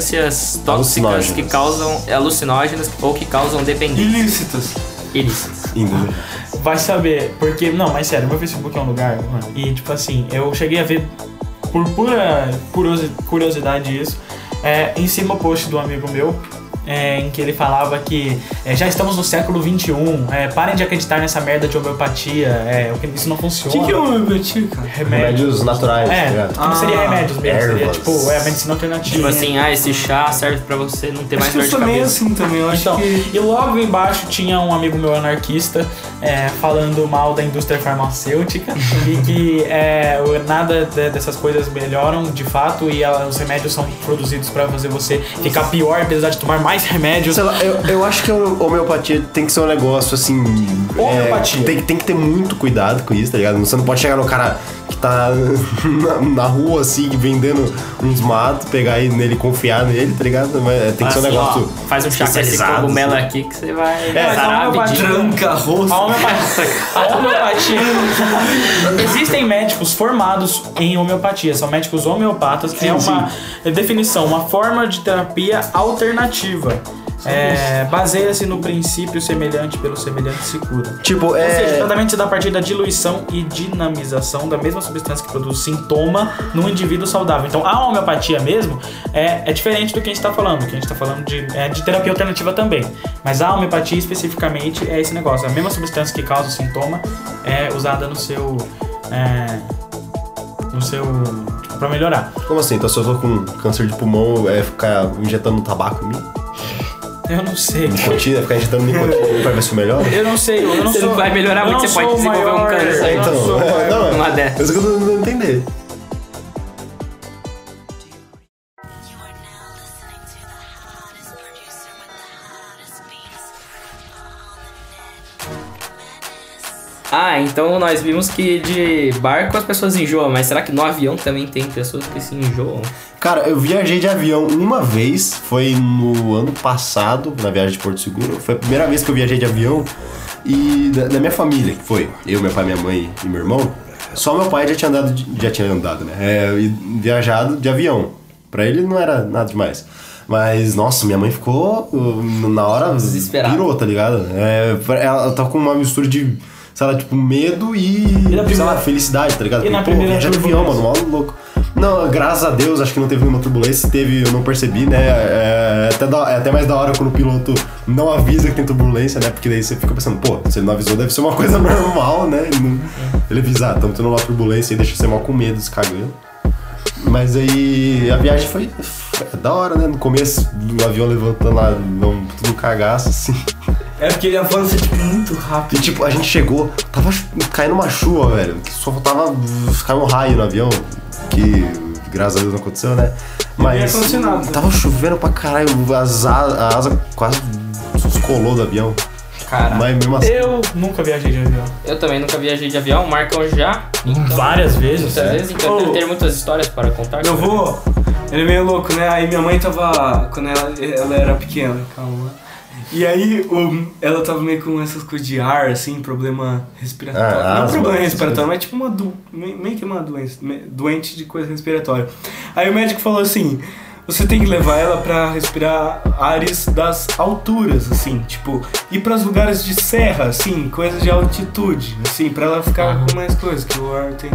B: substâncias tóxicas que
C: Alucinógenas.
B: causam alucinógenas ou que causam dependência.
F: Ilícitas.
B: Ilícitas.
C: Indo.
E: Vai saber, porque. Não, mas sério, meu Facebook é um lugar, mano. E tipo assim, eu cheguei a ver por pura curiosi- curiosidade isso, é, em cima o post do amigo meu. é, em que ele falava que é, já estamos no século XXI, é, parem de acreditar nessa merda de homeopatia, é, o que- isso não
F: O
E: funciona.
F: que, que é homeopatia, cara?
E: remédio?
C: Remédios naturais, tá
E: É,
C: ligado?
E: que não seria
F: Ah,
E: remédios mesmo, seria
C: ervas.
E: tipo, é medicina alternativa.
B: Tipo assim, ah, esse chá serve pra você não ter mais
F: Acho que
B: dor
F: eu
B: de
F: sou meio
B: cabeça.
F: assim também, eu acho
E: Então,
F: que.
E: e logo embaixo tinha um amigo meu anarquista é, falando mal da indústria farmacêutica e que é, o- nada de- dessas coisas melhoram de fato e ela- os remédios são produzidos pra fazer você ficar pior, apesar de tomar mais remédios.
C: Sei lá, eu, eu acho que a homeopatia tem que ser um negócio assim.
E: Homeopatia.
C: é, tem, tem que ter muito cuidado com isso, tá ligado? Você não pode chegar no cara que tá na, na rua, assim, vendendo uns matos, pegar ele nele e confiar nele, tá ligado? Mas é, tem que ser um
B: Assim, ó,
C: negócio.
B: faz um chá com esse
C: especializado,
B: cogumelo
C: assim.
B: aqui que você vai
C: É,
B: sarar rapidinho.
F: Tranca, rosto.
E: A homeopatia, a homeopatia. Existem médicos formados em homeopatia, são médicos homeopatas. é uma definição, uma forma de terapia alternativa. É, Baseia-se no princípio semelhante pelo semelhante se cura.
C: Tipo,
E: Ou seja, o
C: é.
E: tratamento se dá a partir da diluição e dinamização da mesma substância que produz sintoma num indivíduo saudável. Então, a homeopatia mesmo é, é diferente do que a gente está falando, que a gente está falando de, é, de terapia alternativa também. Mas a homeopatia especificamente é esse negócio. A mesma substância que causa o sintoma é usada no seu. É, no seu. Tipo, pra melhorar.
C: Como assim? Então se eu tô com câncer de pulmão, é ficar injetando tabaco em mim?
E: Eu não sei.
C: Nicotina? É ficar injetando nicotina pra ver se melhora?
E: Eu não sei, eu não
B: Você
E: sou.
B: não vai melhorar
E: eu
B: muito,
E: não
B: você pode
E: sou o
B: desenvolver um
E: maior-
B: câncer.
E: eu não
C: Então,
E: sou o maior-
C: não, é.
B: Uma
C: É
B: dessas.
C: isso que eu tô tentando entender.
D: You are now listening to the hottest producer with the hottest beats on the net. Menace.
B: Ah, então nós vimos que de barco as pessoas enjoam, mas será que no avião também tem pessoas que se enjoam?
C: Cara, eu viajei de avião uma vez, foi no ano passado, na viagem de Porto Seguro. Foi a primeira vez que eu viajei de avião e da, da minha família, que foi eu, meu pai, minha mãe e meu irmão. Só meu pai já tinha andado, de- já tinha andado, né? É, e viajado de avião. Pra ele não era nada demais. Mas, nossa, minha mãe ficou uh, na hora
B: Desesperada.
C: pirou, tá ligado? É, ela tá com uma mistura de, sei lá, tipo, medo e,
E: na
C: sei lá,
E: primeira-
C: felicidade, tá ligado?
E: E na
C: Pô,
E: primeira
C: viajar de avião, mano,
E: turbulência?
C: mó louco. Não, graças a Deus, acho que não teve nenhuma turbulência. Se teve, eu não percebi, né? É, é até da- é até mais da hora quando o piloto não avisa que tem turbulência, né? Porque daí você fica pensando, pô, se ele não avisou, deve ser uma coisa normal, né? E não- Ele avisar, estamos tendo uma turbulência e deixa você mal com medo, se cagando. Mas aí a viagem foi, foi da hora, né? No começo, o avião levantando lá, não, tudo cagaço, assim.
F: É porque ele avança tipo, muito rápido.
C: E tipo, a gente chegou, tava chu- caindo uma chuva, velho. que Só faltava cair um raio no avião, que graças a Deus não aconteceu, né?
F: ia
C: Mas
F: acontecer nada.
C: tava chovendo pra caralho, as a, a asa quase descolou do avião.
B: Cara,
C: Mas mesmo assim,
E: Eu nunca viajei de avião.
B: eu também nunca viajei de avião, marcam já
E: Várias vezes.
B: muitas vezes, então
F: Ô.
B: deve ter muitas histórias para contar.
F: Meu avô, ele é meio louco, né? Aí minha mãe tava. Quando ela, ela era pequena, calma. E aí o- ela tava meio com essas coisas de ar, assim, problema respiratório.
C: Ah,
F: Não
C: asma,
F: problema
C: essas
F: respiratório, mas tipo uma do, me- meio que uma doença, me- doente de coisa respiratória. Aí o médico falou assim: você tem que levar ela pra respirar ares das alturas, assim, tipo, ir pra lugares de serra, assim, coisas de altitude, assim, pra ela ficar com mais coisas, que o ar tem.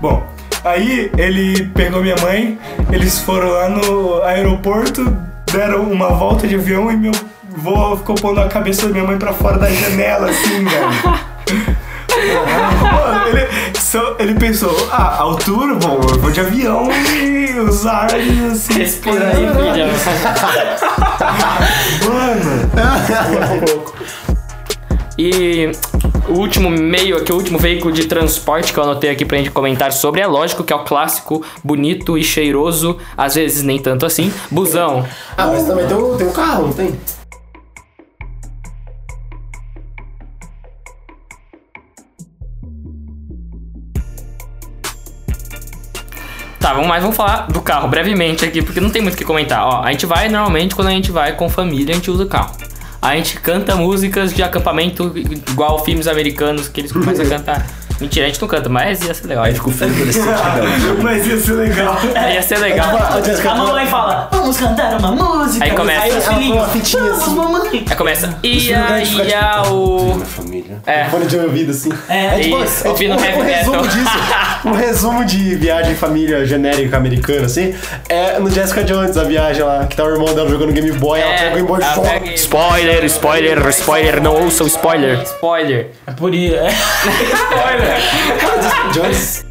F: Bom, aí ele pegou minha mãe, eles foram lá no aeroporto, deram uma volta de avião e meu vô ficou pondo a cabeça da minha mãe pra fora da janela, assim, velho. Mano, ele, só- ele pensou, ah, altura, bom, eu vou de avião e os ares assim.
B: Respira aí, filha.
F: Mano,
B: E o último meio aqui, o último veículo de transporte que eu anotei aqui pra gente comentar sobre é lógico que é o clássico, bonito e cheiroso, às vezes nem tanto assim, busão.
I: Ah, mas também tem um, tem um carro, não tem?
B: Tá, vamos mais, vamos falar do carro brevemente aqui, porque não tem muito o que comentar. Ó, a gente vai normalmente quando a gente vai com família, a gente usa o carro. A gente canta músicas de acampamento igual filmes americanos que eles começam a cantar. Mentira, a gente não canta, mas ia ser legal.
C: aí ficou feliz.
F: mas ia ser legal.
C: É,
B: Ia ser legal.
E: A mamãe fala, Vamos cantar uma música.
B: Aí começa.
E: Aí os
B: Ela
E: filhinhos,
C: uma fitinha
E: Vamos,
C: assim.
E: mamãe.
B: Aí começa. Ia,
C: lugar de ficar, tipo,
B: ia, o.
C: Minha família.
B: É.
C: Fone de ouvido, assim.
E: É,
B: isso, ouvindo
C: tipo,
B: heavy
C: um resumo
B: metal.
C: disso, um resumo de viagem em família genérica americana, assim, é no Jessica Jones, a viagem lá, que tá o irmão dela jogando Game Boy, ela
B: É,
C: pega o Game Boy
B: ela
C: e joga.
B: pega e-
J: Spoiler, spoiler, spoiler, não ouçam spoiler.
B: Spoiler.
E: É por isso. É.
C: Jessica Jones.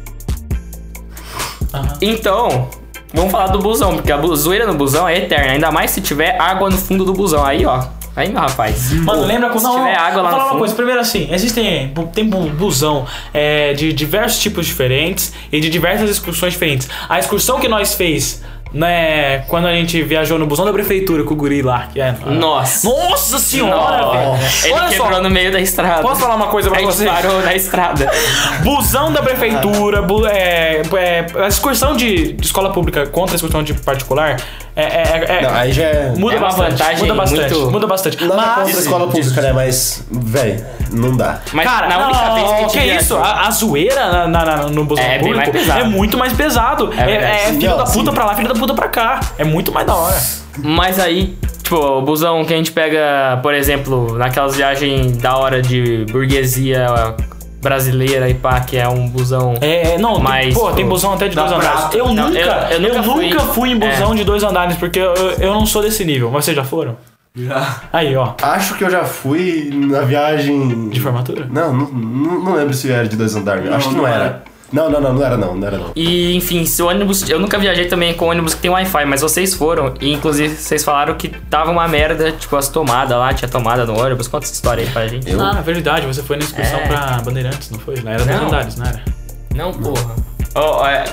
B: Então, vamos falar do busão, porque a bu- zoeira no busão é eterna, ainda mais se tiver água no fundo do busão. Aí, ó. Aí, meu rapaz.
E: Mano, lembra quando.
B: Se tiver água lá
E: vou falar
B: no
E: uma
B: fundo.
E: coisa. Primeiro, assim, existem. bu- Tem bu- busão é, de diversos tipos diferentes e de diversas excursões diferentes. A excursão que nós fez. Né, quando a gente viajou no busão da prefeitura com o guri lá, que é.
B: Nossa.
E: Nossa senhora,
B: Nossa.
E: velho!
B: Ele
E: Olha
B: quebrou
E: só,
B: no meio da estrada.
E: posso falar uma coisa
B: A
E: pra
B: gente
E: você?
B: parou na estrada.
E: Busão da prefeitura, bu- é, é, a excursão de, de escola pública contra a excursão de particular é. é- é- é-
C: Não, aí já é.
E: muda
B: é uma
E: bastante.
B: vantagem
E: muda bastante.
B: muito-
E: Muda bastante.
C: Nada
E: Mas-
C: contra a é escola pública, né? Mas, véi, não dá.
B: Mas
E: Cara,
B: na única
E: não,
B: vez que eu
E: que
B: tive
E: isso?
B: aqui-
E: A, a zoeira na, na- na- no busão
B: É bem
E: público
B: mais pesado.
E: é muito mais pesado. É,
B: verdade.
E: é filho
C: Não,
E: da puta
C: sim.
E: pra lá, filho da puta pra cá. É muito mais da hora.
B: Mas aí, tipo, o busão que a gente pega, por exemplo, naquelas viagens da hora de burguesia brasileira e pá, que é um busão.
E: É, é, não,
B: Mas,
E: mas, pô,
B: pô,
E: tem busão até de
B: dá
E: dois
B: pra-
E: andares. Eu,
B: Não,
E: nunca, eu,
B: eu- eu nunca
E: nunca
B: fui. É.
E: fui, em busão de dois andares, porque eu, eu- eu não sou desse nível. Mas vocês já foram?
K: Já.
E: Aí, ó.
C: Acho que eu já fui na viagem.
E: De formatura?
C: Não, não, não não lembro se era de dois andares. Acho que não,
K: não
C: era.
K: era.
C: Não, não, não, não era não, não era não.
B: E enfim, se o ônibus. Eu nunca viajei também com ônibus que tem Wi-Fi, mas vocês foram. E inclusive vocês falaram que tava uma merda, tipo, as tomadas lá, tinha tomada no ônibus. Conta essa história aí pra gente.
C: Eu?
E: Ah, verdade, você foi na excursão
B: É.
E: pra Bandeirantes, não foi? Não era dois
B: Não.
E: andares, não era?
B: Não, porra. Ó, é,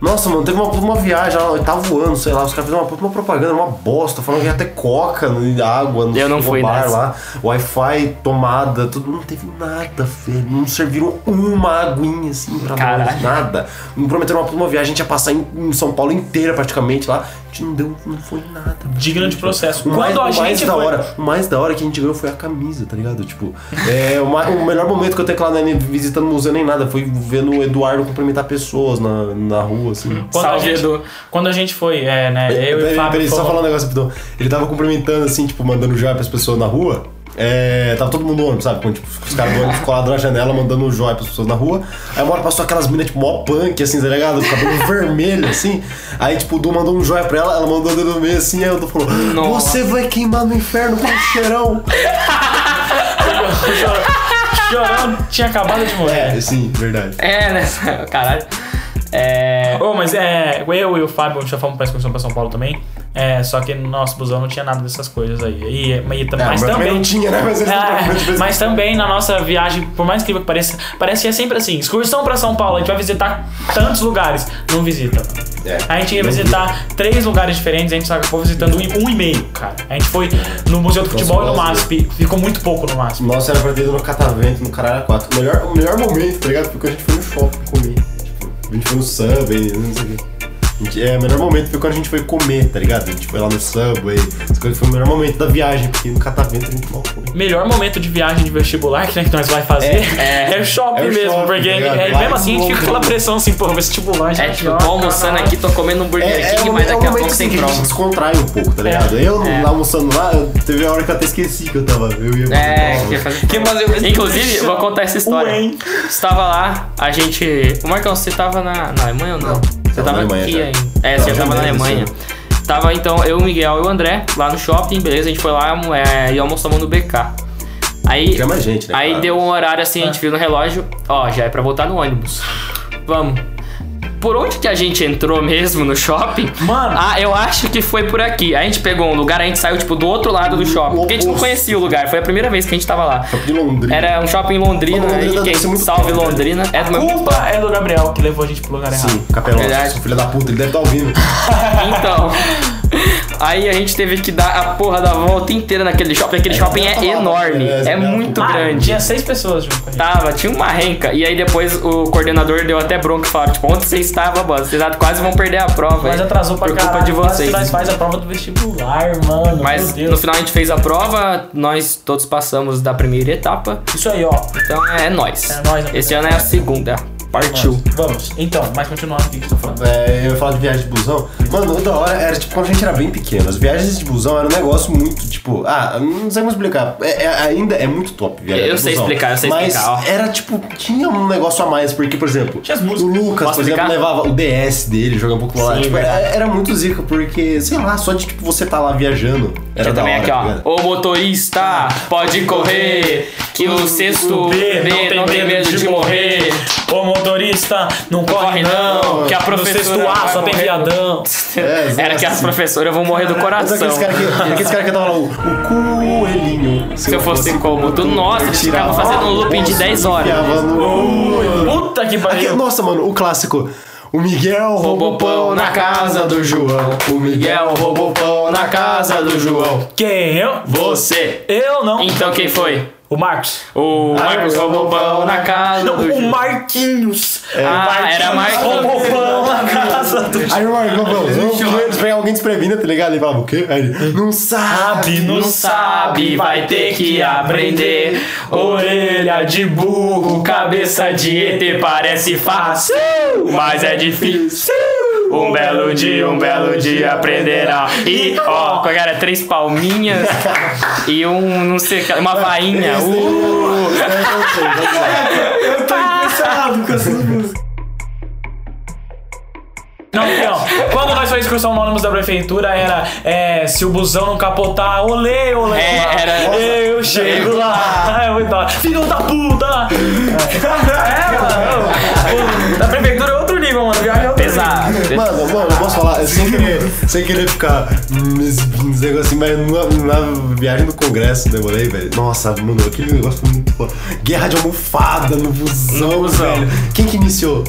C: Nossa, mano, teve uma, uma viagem lá, oitavo ano, sei lá, os caras fizeram uma, puta- uma propaganda, uma bosta, falando que ia até coca na água no
B: Eu não
C: no
B: fui
C: bar
B: nessa.
C: lá, Wi-Fi, tomada, tudo, não teve nada, velho, não serviram uma aguinha assim pra
B: Caralho.
C: nós, nada. Me prometeram uma, puta- uma viagem, a gente ia passar em, em São Paulo inteira praticamente lá, a gente não deu, não foi nada.
E: Digno de processo.
C: O mais,
E: Quando a
C: o mais
E: gente
C: da
E: foi...
C: hora, o mais da hora que a gente ganhou foi a camisa, tá ligado? Tipo, é, o, ma- o melhor momento que eu tenho que lá nem visitando museu nem nada, foi vendo o Eduardo cumprimentar pessoas na, na rua, assim.
E: Quando a,
B: Salve,
E: gente,
B: Edu.
E: quando a gente foi, é, né? Eu e o
C: Peraí,
E: Fábio.
C: peraí, só
E: fomos-
C: falar um negócio rapidão. Ele tava cumprimentando, assim, tipo, mandando joia pras pessoas na rua. É, tava todo mundo no ônibus, sabe? Quando, tipo, os caras do ônibus colados na janela mandando joia pras pessoas na rua. Aí uma hora passou aquelas minas, tipo, mó punk, assim, tá ligado? Com Cabelo vermelho, assim. Aí, tipo, o Du mandou um joia pra ela, ela mandou o dedo no meio, assim. Aí o Du falou:
B: Nossa.
C: Você vai queimar no inferno com um cheirão.
E: Chorão tinha acabado de morrer.
C: É, sim, verdade.
B: é, né? Caralho. É.
E: Ô, mas é, eu e o Fábio já fomos pra excursão pra São Paulo também. É, só que no nosso busão não tinha nada dessas coisas aí. E, e,
C: É,
E: mas
C: o meu
E: também.
C: não tinha, né? Mas eles
E: É,
C: não provavelmente fez-
E: mas também na nossa viagem, por mais incrível que pareça, parece que é sempre assim: excursão pra São Paulo, a gente vai visitar tantos lugares, não visita.
C: É.
E: A gente ia visitar três lugares diferentes, a gente acabou visitando um, um e meio, cara. A gente foi no Museu do Futebol e no
C: nossa.
E: MASP, ficou muito pouco no MASP.
C: Nossa, era pra ter ido no catavento, no caralho 4. O melhor, o melhor momento, tá ligado? Porque a gente foi no shopping comer. Tipo, a gente foi no Subway, não sei o quê. A gente- É, o melhor momento foi quando a gente foi comer, tá ligado? A gente foi lá no Subway. Essa coisa foi o melhor momento da viagem, porque no catavento a gente mal foi.
E: melhor momento de viagem de vestibular que, né, que nós vai fazer é, o shopping
C: É o
E: mesmo,
C: shopping,
E: porque
C: tá ligado?
E: é,
C: Vai
E: mesmo assim a gente
C: longe.
E: fica com aquela pressão assim, pô, vestibular,
B: É
E: gente,
B: tipo,
E: ó,
B: tô almoçando
E: caralho.
B: aqui, tô comendo um Burger King,
C: É, o-
B: mas daqui
C: o
B: a
C: momento,
B: pouco
C: assim,
B: tem
C: que a gente
B: prova. É,
C: descontrai um pouco, tá ligado? Eu, lá almoçando lá, teve a hora que eu até esqueci que eu tava. Eu ia
B: É,
C: fazer
B: que
C: prova.
B: fazer.
E: Que fazer o
B: Inclusive, vou contar essa história.
E: Ué.
B: Estava lá, a gente. O Marcão, é? você tava na, na Alemanha ou não? Você
C: tava na
B: tava
C: Alemanha
B: aqui
C: já.
B: ainda. É, você já
C: Tava
B: tava na
C: na
B: Alemanha.
C: Alemanha,
B: Tava então eu, o Miguel e o André lá no shopping, beleza? A gente foi lá é, e almoçamos no BK. Aí,
C: Tinha mais gente, né?
B: aí
C: cara?
B: deu um horário assim, a gente viu no relógio, ó, já é pra voltar no ônibus. Vamos. Por onde que a gente entrou mesmo no shopping?
E: Mano.
B: Ah, eu acho que foi por aqui. A gente pegou um lugar, a gente saiu, tipo, do outro lado do shopping. Porque a gente não
C: oposto.
B: conhecia o lugar, foi a primeira vez que a gente tava lá.
C: De Londrina.
B: Era um shopping em Londrina,
C: Mano, Londrina
B: aí quem
C: deve ser muito
B: salve
C: caro, né?
B: Londrina. É do meu
E: Culpa é do Gabriel que levou a gente pro lugar errado.
C: Sim, capelão.
B: Ah, Verdade.
C: Seu filho da puta, ele deve estar ouvindo.
B: Então. Aí a gente teve que dar a porra da volta inteira naquele shopping. Aquele shopping é
C: tava lá,
B: enorme,
C: beleza,
B: é
C: né?
B: muito
E: Ah,
B: grande. Tá,
E: Tinha seis pessoas junto com a gente.
B: Tava, tinha uma renca. E aí depois o coordenador deu até bronca e falaram, tipo, onde vocês estavam, mano? Vocês quase vão perder a prova.
E: Mas
B: hein?
E: atrasou pra
B: é. Por
E: caralho.
B: culpa de
E: quase que
B: vocês.
E: Nós faz a prova do vestibular, mano.
B: Mas
E: meu
B: no
E: Deus.
B: final a gente fez a prova, nós todos passamos da primeira etapa.
E: Isso aí, ó.
B: Então é nóis.
E: É nóis, né?
B: Esse ano é a segunda.
L: Partiu.
E: Vamos, então, mas continuando o que a gente tá falando.
C: É, eu ia falar de viagem de busão. Mano, o da hora era tipo quando a gente era bem pequeno. As viagens de busão era um negócio muito, tipo, ah, não sei como explicar. É, é- ainda é muito top viajar
B: Eu
C: de
B: sei
C: busão.
B: explicar, eu sei
C: Mas
B: explicar, ó.
C: Era tipo, tinha um negócio a mais, porque, por exemplo, o Lucas,
B: Posso
C: por exemplo,
B: explicar?
C: levava o DS dele, jogava um pouco lá. Tipo, era, era muito zica, porque, sei lá, só de tipo você tá lá viajando. Era
B: Tinha
C: da
B: também
C: hora,
B: aqui,
C: tá ligado?
B: ó. O
E: Ah.
B: motorista pode correr, que o sexto B não tem medo de morrer.
E: O motorista não
B: corre não, que a
E: sexto
B: professora
E: A
B: vai
E: só tem
B: morrer.
E: viadão.
C: É,
B: Era tipo que as
C: assim.
B: professoras vão morrer do
C: Mas
B: coração.
C: aqueles caras que, aqueles cara que tava lá, o, o coelhinho.
B: Se eu fosse como tu, nossa,
C: eu
B: eles
C: tirava
B: ficavam fazendo um looping de
C: bolsa,
B: 10 horas.
C: enfiava no-
E: Puta que
C: Aqui,
E: pariu.
C: nossa, mano, o clássico. O Miguel roubou pão na casa do João. O Miguel roubou pão na casa do João.
E: Quem é? eu?
C: Você.
E: Eu não.
B: Então quem foi?
E: O Marcos.
B: O
E: Ah,
B: Marcos roubou pão na casa
E: Não,
B: do
E: o
B: Ju-
E: Marquinhos.
B: Ah, era Marcos.
E: O pão na casa do
C: Aí o Marcão falou, vamos ver alguém desprevida, tá ligado? Ele falava, o quê? Aí ele, não sabe.
B: Não sabe, vai ter que aprender. Orelha de burro, cabeça de ET parece fácil, mas é difícil. Um belo dia, um belo dia aprenderá. E ó, com a cara três palminhas e um, não sei, o que, uma vainha.
C: Ah,
B: Uh!
C: É, então,
F: Eu tô impressionado com essas músicas.
E: Não, então, quando nós fomos excursão anônimos da prefeitura era é, se o busão não capotar, olê, olê.
B: É, era-
E: Eu chego lá. É muito da hora. Filho da puta! É, mano. o- Da prefeitura é outro nível, mano. Viagem é outro
B: Pesado.
C: Mano, mano, eu posso falar, sem querer, sem querer ficar nesse, nesse negócio assim, mas na, na é viagem do Congresso demorei, velho. Nossa, mano, aquele negócio foi muito bom. Guerra de almofada no busão, velho. Quem que iniciou?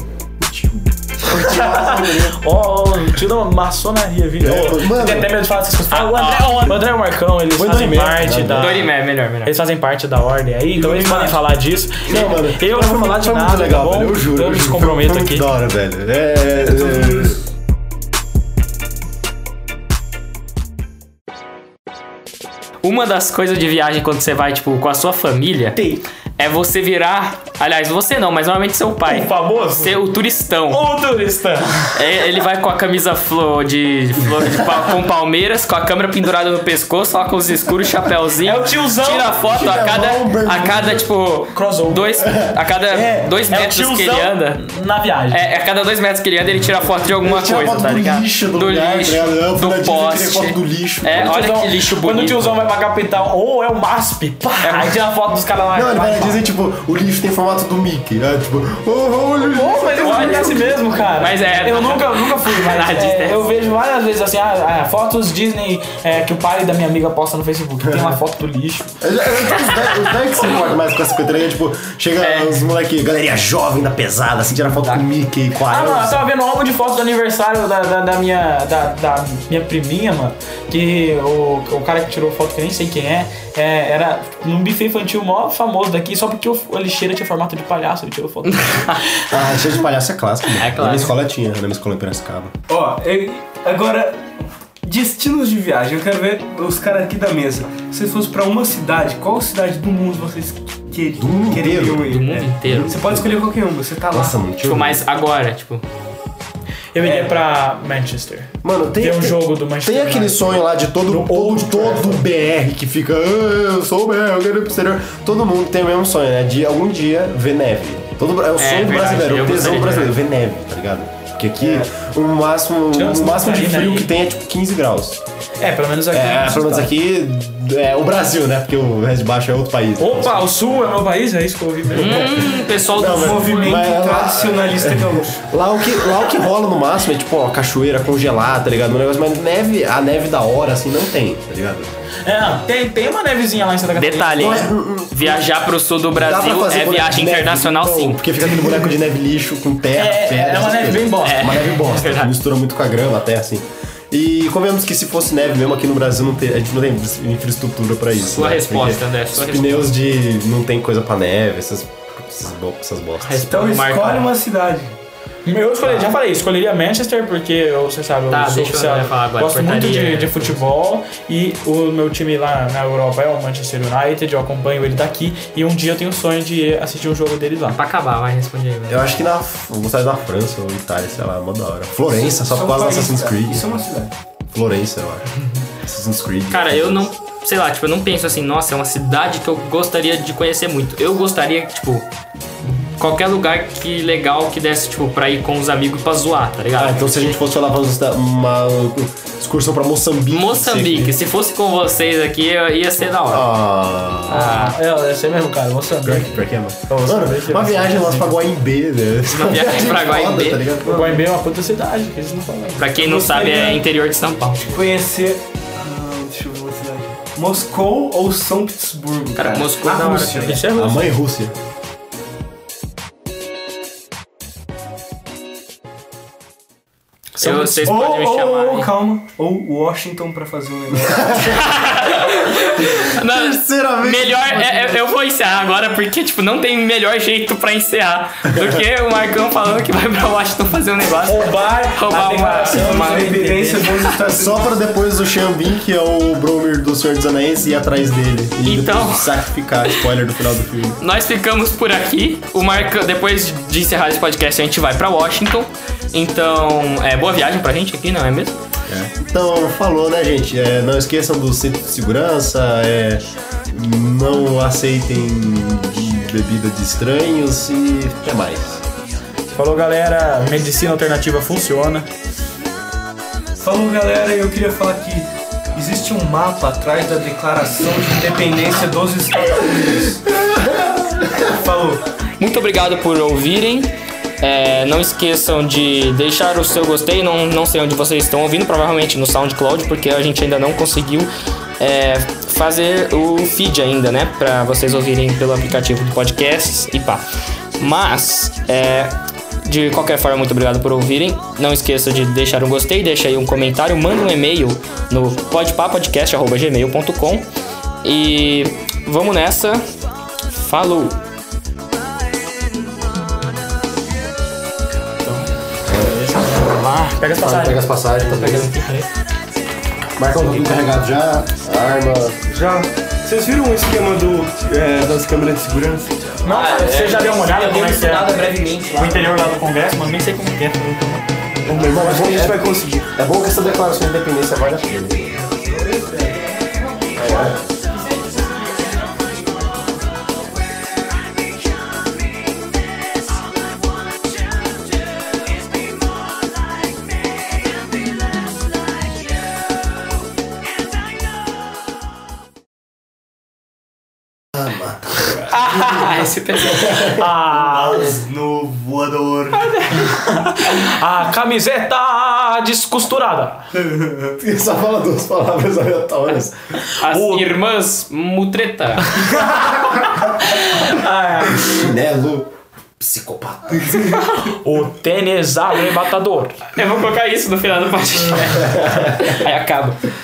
C: O tio.
E: nível. Ó, oh, tio da maçonaria, viu?
C: É,
E: Oh,
C: mano.
E: Tem até medo de falar essas coisas. Ah, o André, o André e o Marcão, eles
C: Foi
E: fazem
C: Dorimé,
E: parte
C: né?
E: da.
B: Dorimé, melhor, melhor.
E: Eles fazem parte da ordem aí, então eles podem falar disso.
C: Não, mano,
E: eu não
C: foi
E: vou falar
C: muito-
E: de
C: foi
E: nada,
C: muito legal,
E: tá bom?
C: velho, eu juro.
E: Eu me
C: juro,
E: comprometo
C: foi, foi
E: aqui.
C: muito da hora, velho. É, é, é.
B: Uma das coisas de viagem quando você vai, tipo, com a sua família é você virar. Aliás, você não, mas normalmente seu pai.
E: O famoso?
B: Ser o turistão.
E: Ô, turista!
B: É, Ele vai com a camisa flor de. flor de pal- com palmeiras, com a câmera pendurada no pescoço, óculos escuros, chapéuzinho.
E: É o tiozão.
B: Tira foto a cada. A cada, tipo.
E: Crossover.
B: Dois. A cada dois
E: é o
B: metros que ele
E: tiozão
B: anda.
E: Na viagem.
B: É, a cada dois metros que ele anda, ele tira foto de alguma
C: Tira
B: coisa,
C: foto
B: tá
C: do
B: ligado?
C: lixo do,
B: do
C: lugar,
B: lixo,
C: tá ligado? Eu fui na
B: do
C: Disney, tirei
B: poste.
C: foto do lixo.
B: É, olha
E: Tiozão-
B: que lixo bonito.
E: Quando o tiozão vai pra capital, ou é o MASP, pá, aí tira foto dos caras lá.
C: Não, ele
E: lá
C: vai
E: e fala.
C: dizer, tipo, o lixo tem formato do Mickey. Né? Tipo, oh, olha o lixo.
E: Pô, mas eu olha assim mesmo, cara.
B: Mas é-
E: Eu nunca, eu nunca fui,
B: Na
E: mas
B: Disney.
E: é, eu vejo várias vezes assim, ah, ah, fotos Disney é, que o pai da minha amiga posta no Facebook. Tem uma foto do lixo.
C: Os que se importa mais com essa coitrinha, tipo, chega os moleque, galeria jovem da pesada, assim, tira foto com o Mickey, Assim, com a
E: Ah, mano, eu
C: Elsa.
E: tava vendo um álbum de fotos do aniversário da, da, da minha, da, da minha priminha, mano. Que o, o cara que tirou foto, que eu nem sei quem é, é, era num buffet infantil mó famoso daqui, só porque o, a lixeira tinha formato de palhaço, ele tirou foto. tá.
C: Ah, cheio de palhaço é clássico. É
B: clássico.
C: Na minha escola tinha, na minha escola em Piracicaba.
F: Ó, eu- agora, destinos de viagem. Eu quero ver os caras aqui da mesa. Se vocês fossem pra uma cidade, qual cidade do mundo vocês que,
C: Do mundo
F: queriam
C: inteiro?
F: ir?
B: Do mundo
F: É.
B: inteiro.
F: Você pode escolher qualquer uma, você tá lá.
C: Nossa, mano, tinha. um
B: Tipo, mas agora, tipo.
E: Eu iria pra Manchester.
C: Mano, tem,
E: Tem um jogo do Manchester
C: Tem aquele
E: United.
C: sonho lá de todo
E: Do
C: todo,
E: Old
C: todo BR que fica, "Ah, eu sou o BR, eu quero ir pro exterior. Todo mundo tem o mesmo sonho, né? De algum dia ver neve. Todo, é o sonho
B: verdade,
C: brasileiro,
B: eu
C: o tesão
B: gostaria de
C: brasileiro, ver neve, tá ligado? Porque aqui o máximo,
E: Tirando
C: o máximo de
E: Santa Catarina
C: frio
E: aí.
C: que tem é tipo 15 graus.
E: É, pelo menos aqui. Tá.
C: É, pelo menos aqui é o Brasil, né? Porque o resto de baixo é outro país.
E: Opa, o Sul é meu país? É isso que eu ouvi mesmo.
B: Hum, pessoal do
C: Não, mas-
F: Movimento
C: Mas-
F: tradicionalista gaúcho.
C: Lá o, que, lá o que rola no máximo é tipo, ó, cachoeira congelada, tá ligado? Um negócio, mas neve, a neve da hora, assim, não tem, tá ligado?
E: É, não, tem, tem uma nevezinha lá em Santa Catarina.
B: Detalhe, hein? viajar pro sul do
C: é- Dá pra
B: Brasil
C: fazer
B: é
C: boneco de
B: viagem
C: neve,
B: internacional
C: então,
B: sim.
C: Porque fica aquele boneco de neve lixo com terra,
E: É,
C: pedra.
E: é uma
C: essas
E: neve
C: coisas.
E: bem bosta.
C: É, uma neve bosta.
B: verdade.
C: mistura muito com a grama até, assim. E convenhamos que se fosse neve mesmo aqui no Brasil, não tem- a gente não tem infraestrutura pra isso.
B: Sua
C: né?
B: resposta,
C: Porque
B: André, sua
C: Os pneus de não tem coisa pra neve, essas, essas, bo- essas bostas.
F: Então
B: Marca.
F: escolhe uma cidade.
E: Eu escolhi, já falei, escolheria Manchester porque eu, você sabe, eu
B: Tá,
E: sou
B: deixa eu
E: oficial,
B: falar agora,
E: gosto muito
B: porcaria,
E: de, de
B: né?
E: futebol e o meu time lá na Europa é o Manchester United, eu acompanho ele daqui e um dia eu tenho o sonho de assistir um jogo deles lá.
B: Pra acabar, vai responder aí, velho.
C: Eu acho que na. Eu gostaria da França ou Itália, sei lá, é mó da hora. Florença, só por causa do Assassin's Creed.
F: Isso é uma cidade.
C: Florença, eu acho. Assassin's Creed.
B: Cara, eu não. Sei lá, tipo, eu não penso assim, nossa, é uma cidade que eu gostaria de conhecer muito. Eu gostaria, que, tipo, qualquer lugar que legal que desse, tipo, pra ir com os amigos pra zoar, tá ligado?
C: Ah, então se a gente fosse falar pra você dar uma excursão pra Moçambique.
B: Moçambique,
C: você-
B: se fosse com vocês aqui, eu ia ser da hora.
C: Ah.
E: Ah, é, é você mesmo, cara,
C: Pior
E: Moçambique.
C: que, pior que é, mano.
E: Moçambique,
C: Mano, uma
E: Moçambique.
C: viagem lá pra Guaimbê, né?
B: Uma viagem pra Guaimbê.
C: Foda, tá
B: Uhum.
C: ligado?
E: O Guaimbê é uma puta cidade, que eles não falam.
B: Pra quem não sabe, é interior de São Paulo.
F: Conhecer. Ah, deixa eu ver uma cidade. Moscou ou São Petersburgo?
B: Cara, Moscou é
F: Na
B: da hora,
F: Rússia.
B: cara.
E: Isso é
C: A
E: ruim.
C: mãe Rússia.
B: Eu, vocês
F: Ou,
B: podem me
F: ou,
B: chamar.
F: ou,
B: hein?
F: calma. Ou Washington pra fazer um negócio.
B: Não,
C: Terceira vez.
B: Melhor, é- é- eu vou encerrar agora porque, tipo, não tem melhor jeito pra encerrar do que o Marcão falando que vai pra Washington fazer um negócio.
E: Roubar,
B: Roubar
E: a declaração
B: uma-
E: de
B: uma-
E: independência.
F: Evidência dos Estados
C: Só pra depois o Xambin, que é o Bromir do Senhor dos Anéis, ir atrás dele. E
B: Então.
C: depois sacrificar spoiler do final do filme.
B: Nós ficamos por aqui. O Marcão, depois de encerrar esse podcast, a gente vai pra Washington. Então, é boa viagem pra gente aqui, não é mesmo?
C: É. Então, falou, né, gente? É, não esqueçam do cinto de segurança, é, não aceitem bebida de estranhos e até mais.
E: Falou, galera. Medicina alternativa funciona.
F: Falou galera, eu queria falar que existe um mapa atrás da declaração de independência dos Estados Unidos. Falou.
B: Muito obrigado por ouvirem. É, não esqueçam de deixar o seu gostei. Não, não sei onde vocês estão ouvindo, provavelmente no SoundCloud, porque a gente ainda não conseguiu é, fazer o feed ainda, né? Pra vocês ouvirem pelo aplicativo do podcast e pá. Mas, é, de qualquer forma, muito obrigado por ouvirem. Não esqueça de deixar um gostei, deixa aí um comentário, manda um e-mail no podpapodcast.gmail.com E vamos nessa. Falou!
E: Pega as passagens.
C: as passagens. Tá
F: Então,
C: Marcão, tá tudo carregado já. Arma.
F: Já. Vocês viram o esquema do, é, das câmeras de segurança?
E: Não,
B: Ah,
E: você já deu uma olhada como é que é
B: brevemente
E: o interior lá do Congresso, mas nem sei como que é.
C: Bom, irmão,
F: Acho que a gente vai conseguir.
C: É bom que essa declaração de independência vale a pena.
B: Ah, esse pessoal.
C: No voador.
E: A camiseta descosturada.
C: Só fala duas palavras aleatórias.
B: As irmãs mutreta.
C: Chinelo. Psicopata.
E: O tênis arrebatador.
B: Eu vou colocar isso no final do podcast. Aí acaba.